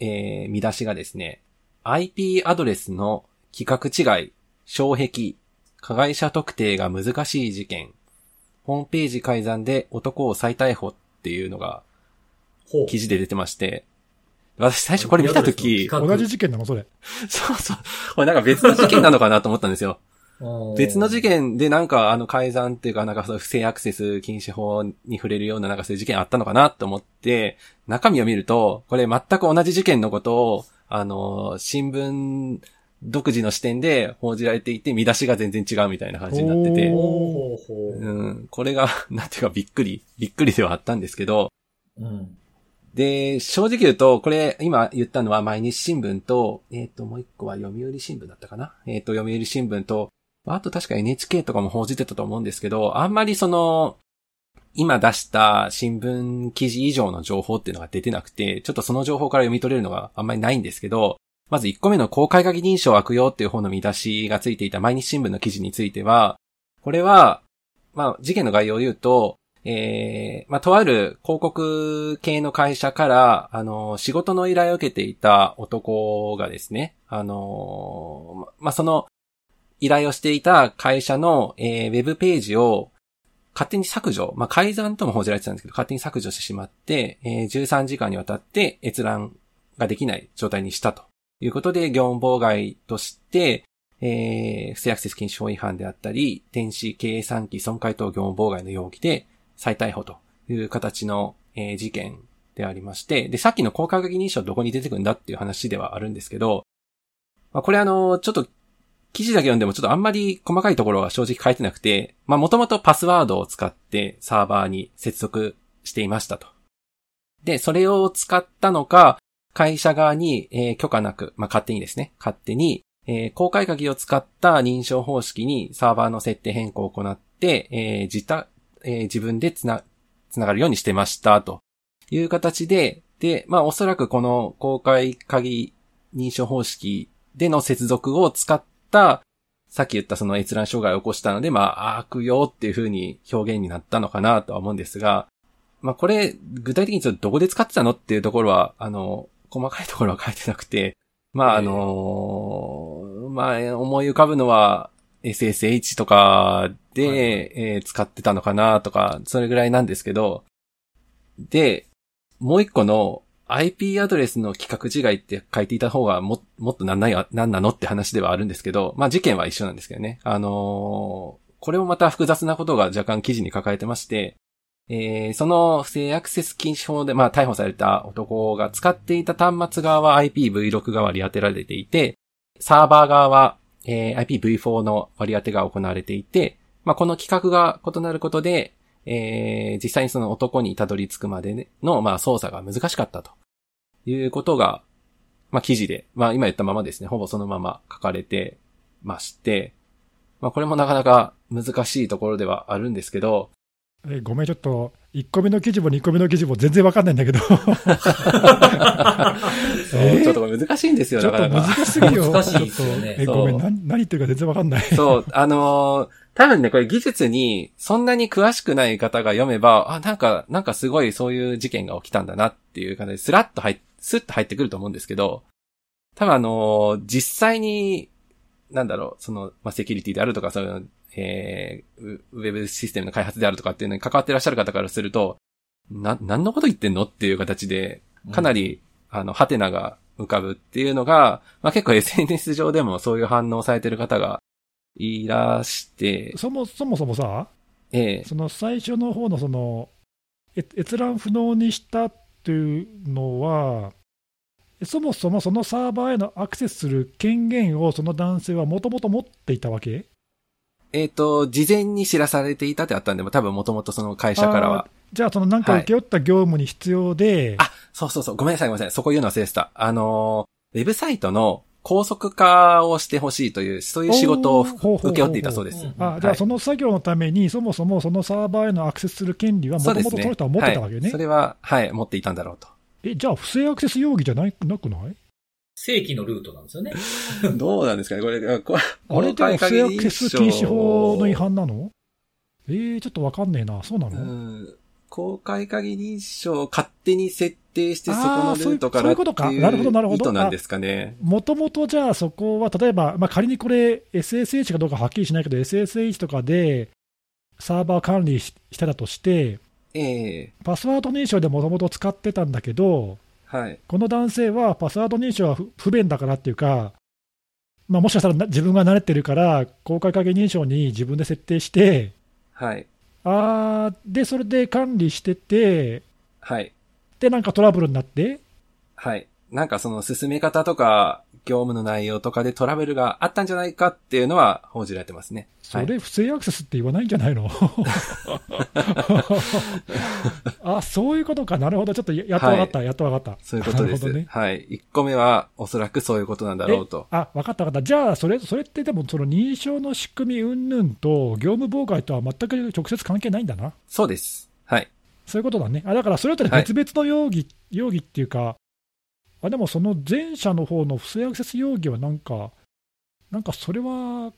えー、見出しがですね、IP アドレスの規格違い、障壁、加害者特定が難しい事件、ホームページ改ざんで男を再逮捕っていうのが
ほう。
記事で出てまして、私最初これ見たとき、
同じ事件なの、それ。
そうそう、これなんか別の事件なのかなと思ったんですよ。別の事
件
件でなんかあの改ざんっていうかなんかそう不正アクセス禁止法に触れるようななんかそういう事件あったのかなと思って、中身を見ると、これ全く同じ事件のことを、あの、新聞独自の視点で報じられていて、見出しが全然違うみたいな感じになって
お
て、
ほうほうほ
うん、これが、 なんていうかびっくり、びっくりではあったんですけど、
う。うん。
で、正直言うと、これ、今言ったのは毎日新聞と、えっ、と、もう一個は読売新聞だったかなえっ、と、読売新聞と、まああと確か NHK とかも報じてたと思うんですけど、あんまりその、今出した新聞記事以上の情報っていうのが出てなくて、ちょっとその情報から読み取れるのがあんまりないんですけど、まず1個目の公開鍵認証悪用っていう方の見出しがついていた毎日新聞の記事については、これは、まあ、事件の概要を言うと、えーまあ、とある広告系の会社から、あの、仕事の依頼を受けていた男がですね、あの、ままあ、その、依頼をしていた会社の、えーウェブページを勝手に削除、まあ、改ざんとも報じられてたんですけど、勝手に削除してしまって、えー13時間にわたって閲覧ができない状態にしたということで、業務妨害として、えー不正アクセス禁止法違反であったり、電子計算機損壊等業務妨害の容疑で再逮捕という形の、えー事件でありまして、で、さっきの公開鍵認証どこに出てくるんだっていう話ではあるんですけど、まあ、これあの、ちょっと記事だけ読んでもちょっとあんまり細かいところは正直書いてなくて、まあもともとパスワードを使ってサーバーに接続していましたと。で、それを使ったのか、会社側に、えー許可なく、まあ勝手にですね、勝手に、えー公開鍵を使った認証方式にサーバーの設定変更を行って、えー自た、えー自分でつな、つながるようにしてましたという形で、で、まあおそらくこの公開鍵認証方式での接続を使った、さっき言ったその閲覧障害を起こしたので、まあ、悪用っていう風に表現になったのかなとは思うんですが、まあこれ、具体的にちょっとどこで使ってたのっていうところは、あの、細かいところは書いてなくて、まああのまあ思い浮かぶのは SSH とかで、
はいはい
えー使ってたのかなとか、それぐらいなんですけど、で、もう一個の IP アドレスの規格違いって書いていた方がも、もっとなんないわ、なんなのって話ではあるんですけど、まあ事件は一緒なんですけどね。あのーこれもまた複雑なことが若干記事に書かれてまして、えーその不正アクセス禁止法で、まあ、逮捕された男が使っていた端末側は IPv6 が割り当てられていて、サーバー側は、えー IPv4 の割り当てが行われていて、まあ、この規格が異なることで、えー実際にその男にたどり着くまでの、まあ、操作が難しかったということが、まあ、記事で、まあ、今言ったままですね、ほぼそのまま書かれてまして、まあ、これもなかなか難しいところではあるんですけど、
えごめん、ちょっと、1個目の記事も2個目の記事も全然わかんないんだけど、ち
そう
えー
ちょっとこれ難しいんですよ、
ょ
な
っ
か
と
な
難
か。
しすぎよ。
難しいですよね
ちょっとえごめん、
そ
な何言ってるか全然わかんない。
そう、あのー多分ね、これ技術に、そんなに詳しくない方が読めば、あ、なんか、なんかすごいそういう事件が起きたんだなっていう感じで、スラッと入っ、スッと入ってくると思うんですけど、多分あのー実際に、なんだろう、その、まあ、セキュリティであるとか、そういうの、えーウウェブシステムの開発であるとかっていうのに関わってらっしゃる方からすると、な、何のこと言ってんのっていう形で、かな
り。
り、あの、ハテナが浮かぶっていうのが、まあ、結構 SNS 上でもそういう反応をされてる方がいらして、
そもそもそもさ、
ええ
その最初の方のそのえ閲覧不能にしたっていうのは、そもそもそのサーバーへのアクセスする権限をその男性はもともと持っていたわけ
えっ、と、事前に知らされていたってあったんで、多分もともとその会社からは。
じゃあ、そのなんか
はい
請け負った業務に必要で、
あそうそうそう、ごめんなさいごめんなさい。そこ言うの忘れてた。あのー、ウェブサイトの高速化をしてほしいという、そういう仕事を
おーほうほうほう
請け負っていたそうです。
うん
あじゃ
は
あ
い
その作業のために、そもそもそのサーバーへのアクセスする権利はもと
そうで
も
す
と
ね。
その人は持ってたわけ
はい
ね
そ。れは、はい、持っていたんだろうと。
えじゃあ、不正アクセス容疑じゃないなくない
正規のルートなんですよね。
どうなんですかねこれ、これ
あれでも不正アクセス禁止法の違
反
反なのえー、ちょっとわかんねえな、そうなの、
うん公開鍵認証を勝手に設定して、そこ
あ
の
ー
ル
そうい
ー
う
トからっ
そういうこと
て
か
いう
なるほどなるほ
意
ど
図なんですかね。
もともとじゃあそこは、例えば、まあ、仮にこれ、SSH かどうかはっきりしないけど、SSH とかでサーバーを管理ししてたとして、
ええ
パスワード認証でもともと使ってたんだけど、
はい。
この男性はパスワード認証は不不便だからっていうか、まあ、もしかしたらな自分が慣れてるから、公開鍵認証に自分で設定して、
はい。
あーで、それで管理してて、
はい。
で、なんかトラブルになって、
はい。なんかその進め方とか、業務の内容とかでトラブルがあったんじゃないかっていうのは報じられてますね。
そ
はい。
れ不正アクセスって言わないんじゃない のあそういうことか、なるほど、ちょっとややっと分かった、やっと分かった。
そういうことです。
なるほどね
はい。1個目はおそらくそういうことなんだろうと。
あ分かった、分かった、じゃあそれ、それってでも、その認証の仕組み云々と、業務妨害とは全く直接関係ないんだな、
そうです。はい。
そういうことだね、あだからそれとは別々の容疑,、容疑っていうか、あでもその前者の方の不正アクセス容疑は、なんか、なんかそれは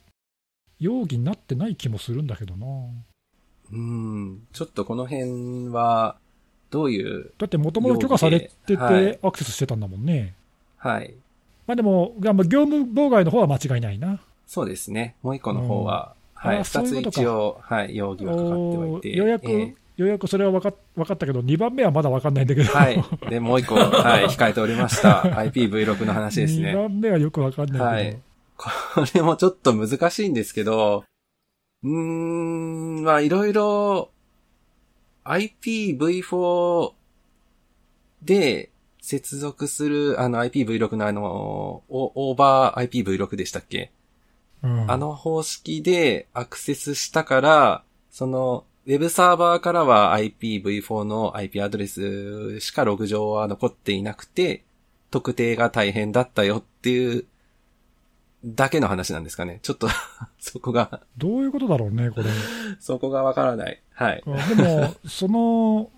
容疑になってない気もするんだけどな。
うん。ちょっとこの辺は、どういう、
だって、もともと許可されてて、
容疑ではい
アクセスしてたんだもんね。
はい。
まあでも、がまあ業務妨害の方は間違いないな。
そうですね。もう一個の方は、
うん
はい。
あそ
二
ういう
つ
ことか
一応、はい、容疑はかかってはい
お
て。
ーようやく、
えー
ようやくそれは分か分かったけど、2番目はまだ分かんないんだけど、
はい。で、もう 一個、はい、控えておりました。IPv6 の話です
2
ね。
番目はよく分かんな
はい
け
い。これもちょっと難しいんですけど、うーん、まあ、いろいろ、IPv4 で接続する、あの IPv6 のあの、オオーバー IPv6 でしたっけ
ど、うん
あの方式でアクセスしたから、その、ウェブサーバーからは IPv4 の IP アドレスしかログ上は残っていなくて、特定が大変だったよっていう、だけの話なんですかね。ちょっと、 そこが、
どういうことだろうね、これ。
そこがわからない。はい。
うんでも、 その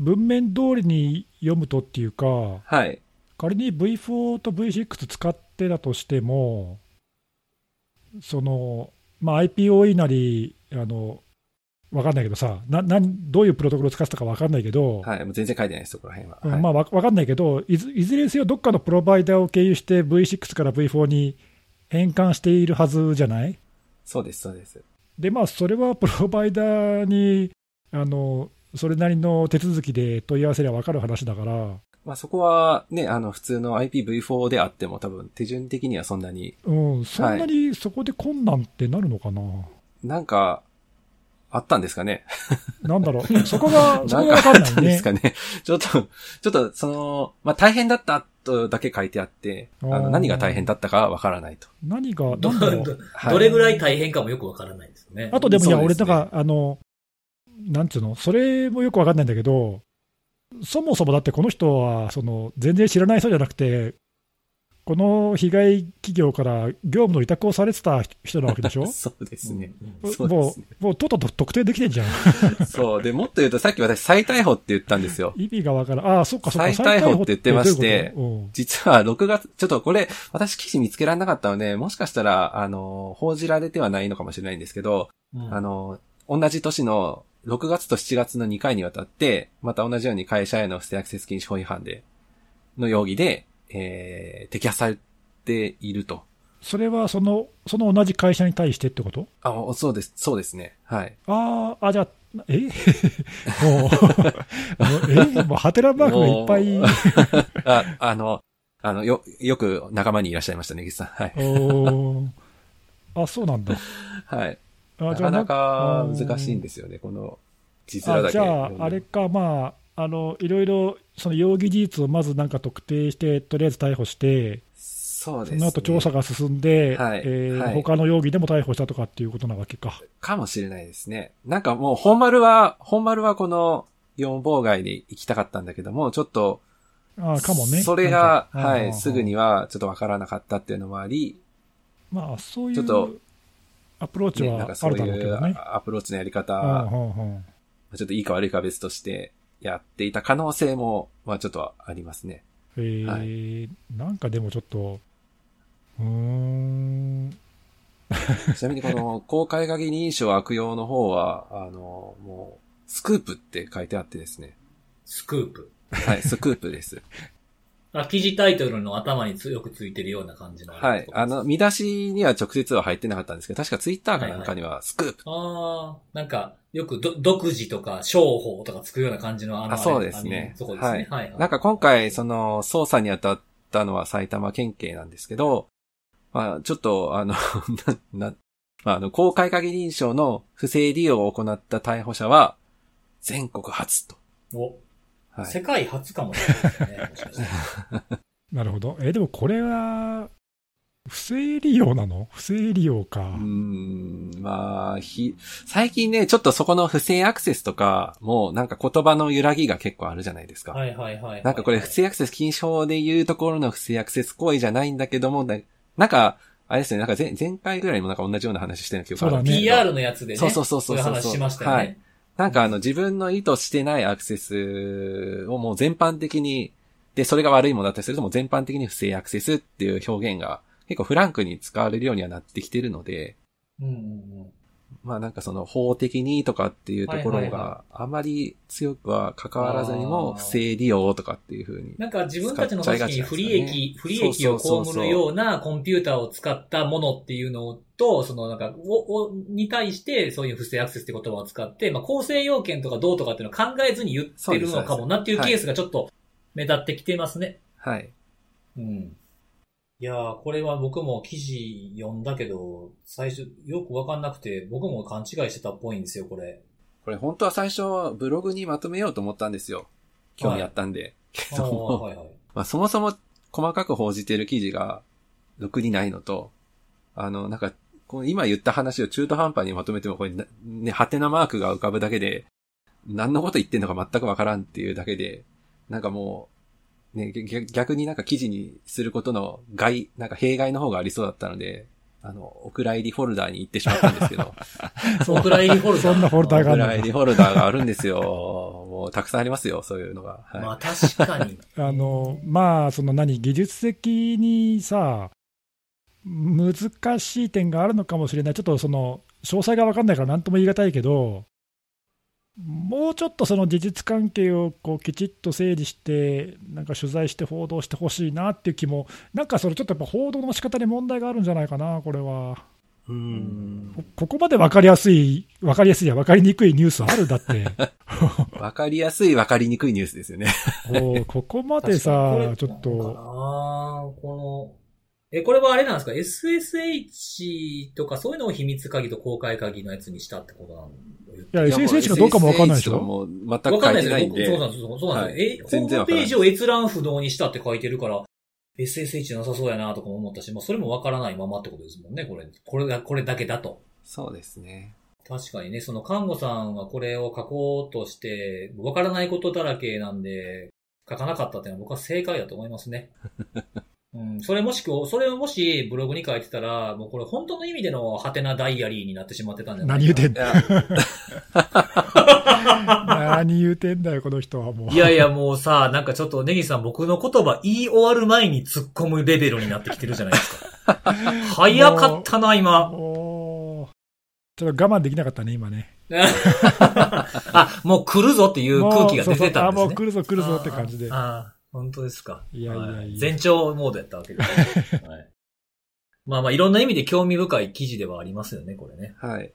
文面通りに読むとっていうか、
はい。
仮に V4 と V6 使ってだとしても、その、まあ、IPOE なり、あの、わかんないけどさ、な、なん、どういうプロトコルを使ってたかわかんないけど、
はい。もう全然書いてないです、そこら辺は。
うん
はい
まあわわかんないけどいず、いずれにせよどっかのプロバイダーを経由して V6 から V4 に変換しているはずじゃない
そうです、そうです。
で、まあ、それはプロバイダーに、あの、それなりの手続きで問い合わせりゃわかる話だから、
まあそこはね、あの普通の IPv4 であっても多分手順的にはそんなに
うん、そんなにそこで困難ってなるのかな、
なんか、あったんですかね
なんだろう。そこが、そ
な
こ
ん
が
か
わ
あ
か
っ
んな
た
んい
で
ね
す。かねちょっと、 ちょっと、その、まあ、大変だったとだけ書いてあって、あ
あー
の、何が大変だったかわからないと。
何が、
ど
なんだろう。
は い
どれぐらい大変かもよくわからないですね。
あとでもいや、
そうで
俺、
すね
だから、あの、なんつうの、それもよくわかんないんだけど、そもそもだってこの人は、その、全然知らない人じゃなくて、この被害企業から業務の委託をされてた人なわけでしょ
そうですね。
うん
そうで
も
すね
う、もうとっとと特定できてんじゃん。
そう。で、もっと言うと、さっき私再逮捕って言ったんですよ。
意味がわからん。ああ、そっかそっか。
再逮捕って言ってまして
どういうこ
実は6月、ちょっとこれ、私記事見つけられなかったので、もしかしたら、あの、報じられてはないのかもしれないんですけど、
うん
あの、同じ年の6月と7月の2回にわたって、また同じように会社への不正アクセス禁止法違反で、の容疑で、えー、摘発されていると。
とうんそれはその、その同じ会社に対してってこと
あ、おそうです、そうですね。はい。
ああ、あ、じゃあ、え もう、えもう、ハテラマークがいっぱい。
あ、あの、あの、よ、よく仲間にいらっしゃいましたね、根岸さん。はい。
おーあ、そうなんだ。
はい。
あ
な
じゃ
か
あ
なか難しいん
で
ですよね、この、字面
あ
だけ。
じゃあ、あれか、まあ、あの、いろいろ、その容疑事実をまずなんか特定して、とりあえず逮捕して、
そう
そ
です、ね。
の後調査が進んで、
はい
えー
はい
他の容疑でも逮捕したとかっていうことなわけか。
かもしれないですね。なんかもう、本丸は、本丸はこの、4妨害で行きたかったんだけども、ちょっと、
あーかもね。
それが、
なんか
は
あー
い、すぐにはちょっとわからなかったっていうのもあり、
まあ、そうい
ちょっと
うアプローチ
ね、
はあ
なんか
る
そ
だ
う
ろうけ
いう
どね。
アプローチのやり
うん
方、
うんうん
ちょっといいか悪いか別としてやっていた可能性も、まあちょっとありますね。
えー
は
なんかでもちょっと、うーん、
ちなみにこの公開鍵認証悪用の方は、あの、もう、スクープって書いてあってですね。
スクープ。
はい、スクープです。
あ、記事タイトルの頭につよくついてるような感じの。
はい。あの、見出しには直接は入ってなかったんですけど、確かツイッターかなんかにはスクープ。
あーなんか、よくど、独自とか、商法とかつくような感じの、あの、
あそうですね
あのそこですね。はい。
なんか今回、そ
の、
の、捜査に当たったのは埼玉県警なんですけど、まあ、ちょっと、あの、 な、な、まあ、あの、公開鍵認証の不正利用を行った逮捕者は、全国初と。
お、
は
世
い。
界初かもしれないですね。もしかし て
なるほど。えーでもこれは、不正利用なの不正利用か。
うーん、まあ、ひ、最近ね、ちょっとそこの不正アクセスとか、もうなんか言葉の揺らぎが結構あるじゃないですか。
はいはいはいはい。
なんかこれ不正アクセス禁止法で言うところの不正アクセス行為じゃないんだけども、ななんか、あれですよね、なんか前前回ぐらいもなんか同じような話してる記憶あるんですけど
PR のやつでね。
そうそうそうそ
そう
う
いう話しましたよね。
なんかあの自分の意図してないアクセスをもう全般的に、で、それが悪いものだったりするともう全般的に不正アクセスっていう表現が結構フランクに使われるようにはなってきてるので、
うんうんうん。
まあなんかその法的にとかっていうとこ
はい
ろ
はい
が
は
あまり強くは関わらずにも
あー
不正利用とかっていうふうに。
なんか自分たちの組織に不利益、不利益を被るようなコンピューターを使ったものっていうのと、そのなんか、お、お、に対してそういう不正アクセスって言葉を使って、まあ構成要件とかどうとかっていうのを考えずに言ってるのかもなっていうケースがちょっと目立ってきていますね。
はい。
うん。いやー、これは僕も記事読んだけど、最初よくわかんなくて、僕も勘違いしてたっぽいんですよ、これ。
これ本当は最初ブログにまとめようと思ったんですよ。興味あったんで。け
あー
ども、
はい はい。
まあそもそも細かく報じてる記事がろくにないのと、あの、なんか、こう今言った話を中途半端にまとめても、これな、ね、ハテナマークが浮かぶだけで、何のこと言ってんのか全くわからんっていうだけで、なんかもう、ね、ぎぎ逆になんか記事にすることの害、なんか弊害の方がありそうだったので、あの、お蔵入りフォルダーに行ってしまったんですけど、
お蔵入りフォルダ
そんなフォルダー
お
があ
蔵
る
入
んだ
りフォルダーがあるんですよ。もうたくさんありますよ、そういうのが。はい
まあ確かに。
あの、まあ、その何、技術的にさ、難しい点があるのかもしれない。ちょっとその、詳細が分かんないから何とも言い難いけど、もうちょっとその事実関係をこうきちっと整理して、なんか取材して報道してほしいなっていう気も、なんかそれちょっとやっぱ報道の仕方に問題があるんじゃないかな、これは。
うーん
こここまで分かりやすい、分かりやすいや、分かりにくいニュースあるだって、
わかりやすい、わかりにくいニュースですよね。
こうここまで
確か
さ
に、
ちょっと。
ああ、この、え、これはあれなんですか ?SSH とかそういうのを秘密鍵と公開鍵のやつにしたってことなのる。
いや、SSH かどうかもわかんないでし
とか
ょ
もう全
わ
く
かん
書
ないい
て
です
ないん
よ。
で。
そうなんですよ。そうなんですよ。え、ホ
全然
ー
わ
ム
から
ペ
ない
ージを閲覧不動にしたって書いてるから、SSH なさそうやなとかも思ったし、まあそれもわからないままってことですもんね、これ。これが、これだけだと。
そうですね。
確かにね、その看護さんはこれを書こうとして、わからないことだらけなんで、書かなかったっていうのは僕は正解だと思います ね。うん、それもしくは、それをもしブログに書いてたら、もうこれ本当の意味でのハテナダイアリーになってしまってたんじゃない
何言うてん
い
だ
や、
何言うてんだよ、この人はもう。
いやいや、もうさ、なんかちょっとネギさん僕の言葉言い終わる前に突っ込むレベルになってきてるじゃないですか。 早かったな、今。
おーちょっと我慢できなかったね、今ね。
あ、もう来るぞっていう空気が出てたんですね。
もうそうそうあもう来るぞ来るぞって感じで。
あーあー、本当ですか。
いやいやいや
は前兆モードやったわけ ですね、はい。まあまあ、いろんな意味で興味深い記事ではありますよね、これね。
はい。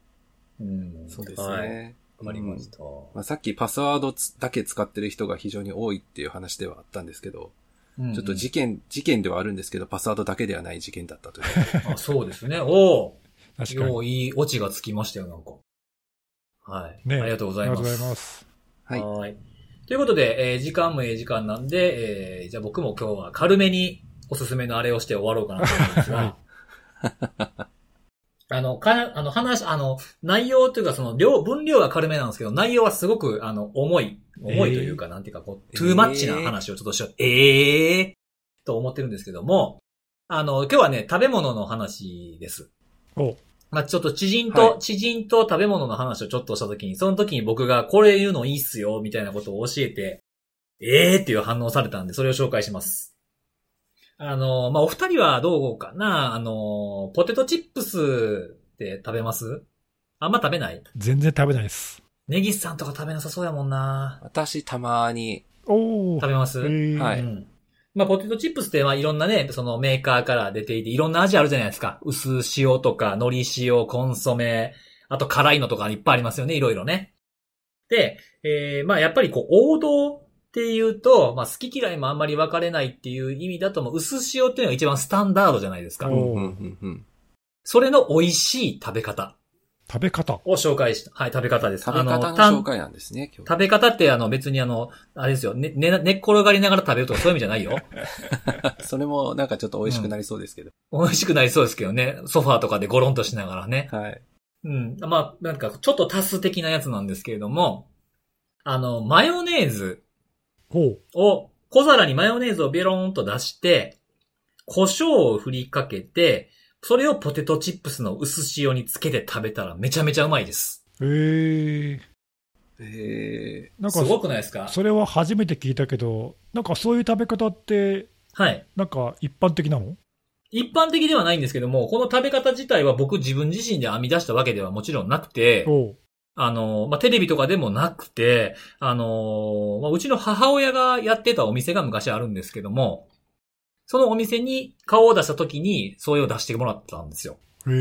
うん。
そうです
はい。
ね。
わかりました。
まあ、さっきパスワードつだけ使ってる人が非常に多いっていう話ではあったんですけど、
うん
ちょっと事件、事件ではあるんですけど、パスワードだけではない事件だったという。
あそうですね。お
確
お
かに。
よういいオチがつきましたよ、なんか。はい。
ね
ありがとうござい
ありが
ま
とうござい
す。
ます。
はい
ということで、えー時間もええ時間なんで、えーじゃあ僕も今日は軽めにおすすめのあれをして終わろうかなと思うんです
はい
が、 あの、か、あの話、あの、内容というかその量、分量は軽めなんですけど、内容はすごく、あの、重い、重いというか、なんていうか、こう、トゥーマッチな話をちょっとしよう。ええー、と思ってるんですけども、あの、今日はね、食べ物の話です。
お
まあ、ちょっと知人と、
は
知人と食べ物の話をちょっとしたときに、その時に僕がこれ言うのいいっすよ、みたいなことを教えて、ええー、っていう反応されたんで、それを紹介します。あの、まあ、お二人はどうかなあの、ポテトチップスって食べますあんま食べない
全然食べないです。
ネギスさんとか食べなさそうやもんな
私、たまに、
おお
食べます。
はいう
ん。まあ、ポテトチップスって、まあ、いろんなね、そのメーカーから出ていて、いろんな味あるじゃないですか。薄塩とか、海苔塩、コンソメ、あと辛いのとかいっぱいありますよね、いろいろね。で、えー、まあ、やっぱりこう、王道っていうと、まあ、好き嫌いもあんまり分かれないっていう意味だと、もう薄塩っていうのが一番スタンダードじゃないですか
う
う。
ん
ん、うん、うん。
それの美味しい食べ方
食べ方。
を紹介した。はい、食べ方です。
食べ方
あ
の
単
紹介なんですね、今日。
食べ方ってあの別にあの、あれですよ、ね、ね、寝っ転がりながら食べるとかそういう意味じゃないよ。
それもなんかちょっと美味しくなりそうですけど。
美味しくなりそうですけどね。ソファーとかでゴロンとしながらね。
はい。
うん。まあ、なんか、ちょっとタス的なやつなんですけれども、あの、マヨネーズ
ほう。
を、小皿にマヨネーズをベローンと出して、胡椒を振りかけて、それをポテトチップスの薄塩につけて食べたらめちゃめちゃうまいです。
ええ
え
なん
す
か、
ごくないですか
それは初めて聞いたけど、なんかそういう食べ方って、
はい。
なんか一般的なの
一般的ではないんですけども、この食べ方自体は僕自分自身で編み出したわけではもちろんなくて、
おう
あの、まあ、テレビとかでもなくて、あの、まあ、うちの母親がやってたお店が昔あるんですけども、そのお店に顔を出した時に、それを出してもらったんですよ。
ー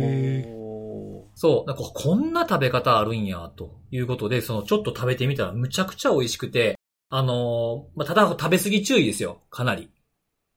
へえ。
お
そう、なんかこんな食べ方あるんや、ということで、そのちょっと食べてみたらむちゃくちゃ美味しくて、あの、まあ、ただ食べ過ぎ注意ですよ、かなり。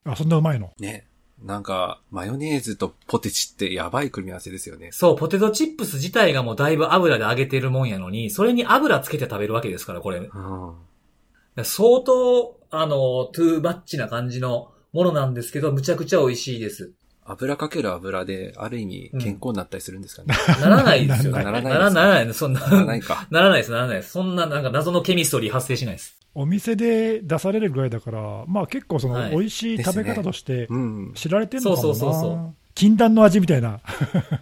あ、そんなうまいの。
ーね。なんか、マヨネーズとポテチってやばい組み合わせですよね。
そう、ポテトチップス自体がもうだいぶ油で揚げてるもんやのに、それに油つけて食べるわけですから、これ。
うん。
相当、あの、トゥーマッチな感じのものなんですけど、むちゃくちゃ美味しいです。
油かける油で、ある意味健康になったりするんですかね。
ならないですよね。
ならない
ならならないです。そんな、
なら
な
ないか。
らないです、ならないです。そんな、なんか謎のケミストリー発生しないです。
お店で出されるぐらいだから、まあ結構そ
は
の
い
美味しい食べ方として
うん。
知られてるのか
そうそうそうそ
もな
う。
禁断の味みたいな。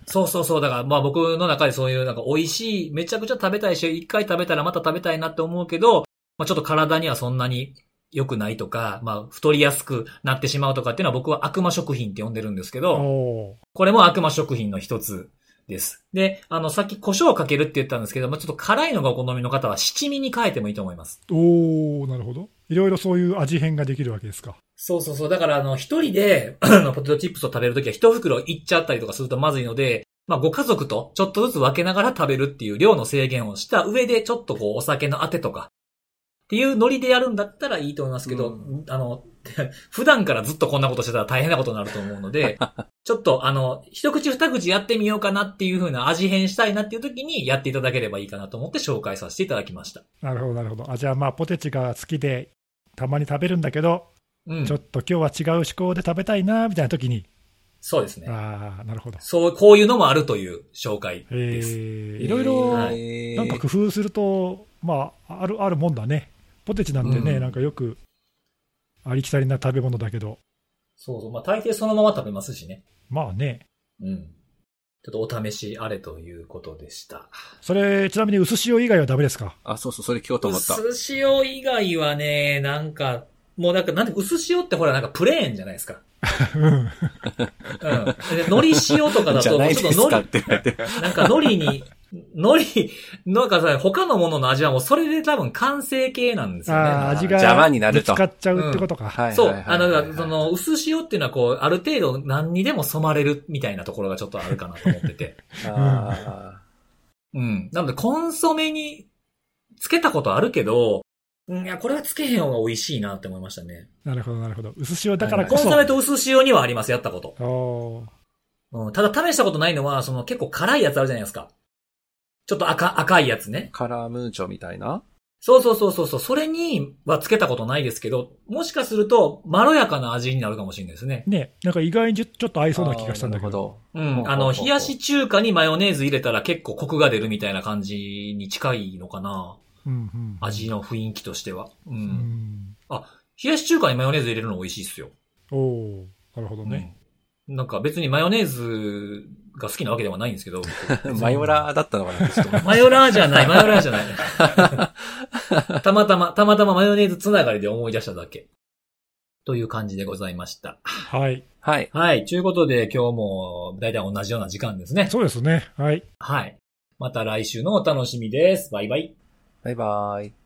そうそうそう。だから、まあ僕の中でそういう、なんか美味しい、めちゃくちゃ食べたいし、一回食べたらまた食べたいなって思うけど、まあちょっと体にはそんなに良くないとか、まあ太りやすくなってしまうとかっていうのは僕は悪魔食品って呼んでるんですけど、
お
これも悪魔食品の一つです。で、あの、さっき胡椒をかけるって言ったんですけど、まあ、ちょっと辛いのがお好みの方は七味に変えてもいいと思います。
ーおーなるほど。いろいろそういう味変ができるわけですか。
そうそうそう。だから、あの、一人で、 あのポテトチップスを食べるときは一袋いっちゃったりとかするとまずいので、まあ、ご家族とちょっとずつ分けながら食べるっていう量の制限をした上で、ちょっとこう、お酒のあてとか、っていうノリでやるんだったらいいと思いますけど、
う
あの、普段からずっとこんなことしてたら大変なことになると思うので、ちょっとあの、一口二口やってみようかなっていう風な味変したいなっていう時にやっていただければいいかなと思って紹介させていただきました。
なるほど、なるほど。あ、じゃあまあ、ポテチが好きで、たまに食べるんだけど、
うん
ちょ。っと今日は違う思考で食べたいな、みたいな時に。
そうですね。
ああ、なるほど。
そう、こういうのもあるという紹介
え
です。
ー、 いろいろ、
はい
なんか工夫すると、まあ、ある、あるもんだね。ポテチなんてね、
うん
なんかよく、ありきたりな食べ物だけど、
そうそう。まあ、大抵そのまま食べますしね。
まあね。
うん。ちょっとお試しあれということでした。
それ、ちなみに薄塩以外はダメですか
あ、そうそう、それ聞こうと思った。
薄塩以外はね、なんか、もうなんか、なんで、薄塩ってほら、なんかプレーンじゃないですか。
うん。
うん。で海苔塩とかだと、
じ
ちょ
ゃない
っ
です
と
かっ
海
て言われて。
苔、なんか海苔に、 海苔、なんかさ、他のものの味はもうそれで多分完成形なんですよね。
ああ、味が
邪魔になると
ぶつかっちゃうってことか。
はい
そ
は
う
い。は
あ
いは
の、
い
だからそ、の、薄塩っていうのはこう、ある程度何にでも染まれるみたいなところがちょっとあるかなと思ってて。
あ
うん。なので、コンソメにつけたことあるけど、うんいや、これはつけへん方が美味しいなって思いましたね。
なるほど、なるほど。薄塩だから
コ
こ
ン
そ。
ソメと薄塩にはあります、やったこと。
おー
うん。ただ試したことないのは、その結構辛いやつあるじゃないですか。ちょっと赤、赤いやつね
ー。カラムーチョみたいな
そうそうそうそうそう。それにはつけたことないですけど、もしかすると、まろやかな味になるかもしれないですね。
ね、なんか意外にちょちょっと合いそうな気がしたんだけ
あーなるほ
ど。
ど。
うん。あ
ほうほう
の、
ほう
冷やし中華にマヨネーズ入れたら結構コクが出るみたいな感じに近いのかな。
うんうん
味の雰囲気としては。う。
うんん。
冷やし中華にマヨネーズ入れるの美味しいっすよ。
おおなるほどね。
うん。なんか別にマヨネーズが好きなわけではないんですけど。
マヨラーだったのか なちょっと
マヨラーじゃない、マヨラーじゃない。たまたま、たまたまマヨネーズつながりで思い出しただけ。という感じでございました。
はい。
はい。
はい。ということで、今日も、だいたい同じような時間ですね。
そうですね。はい。
はい。また来週のお楽しみです。バイバイ。
バイバイ。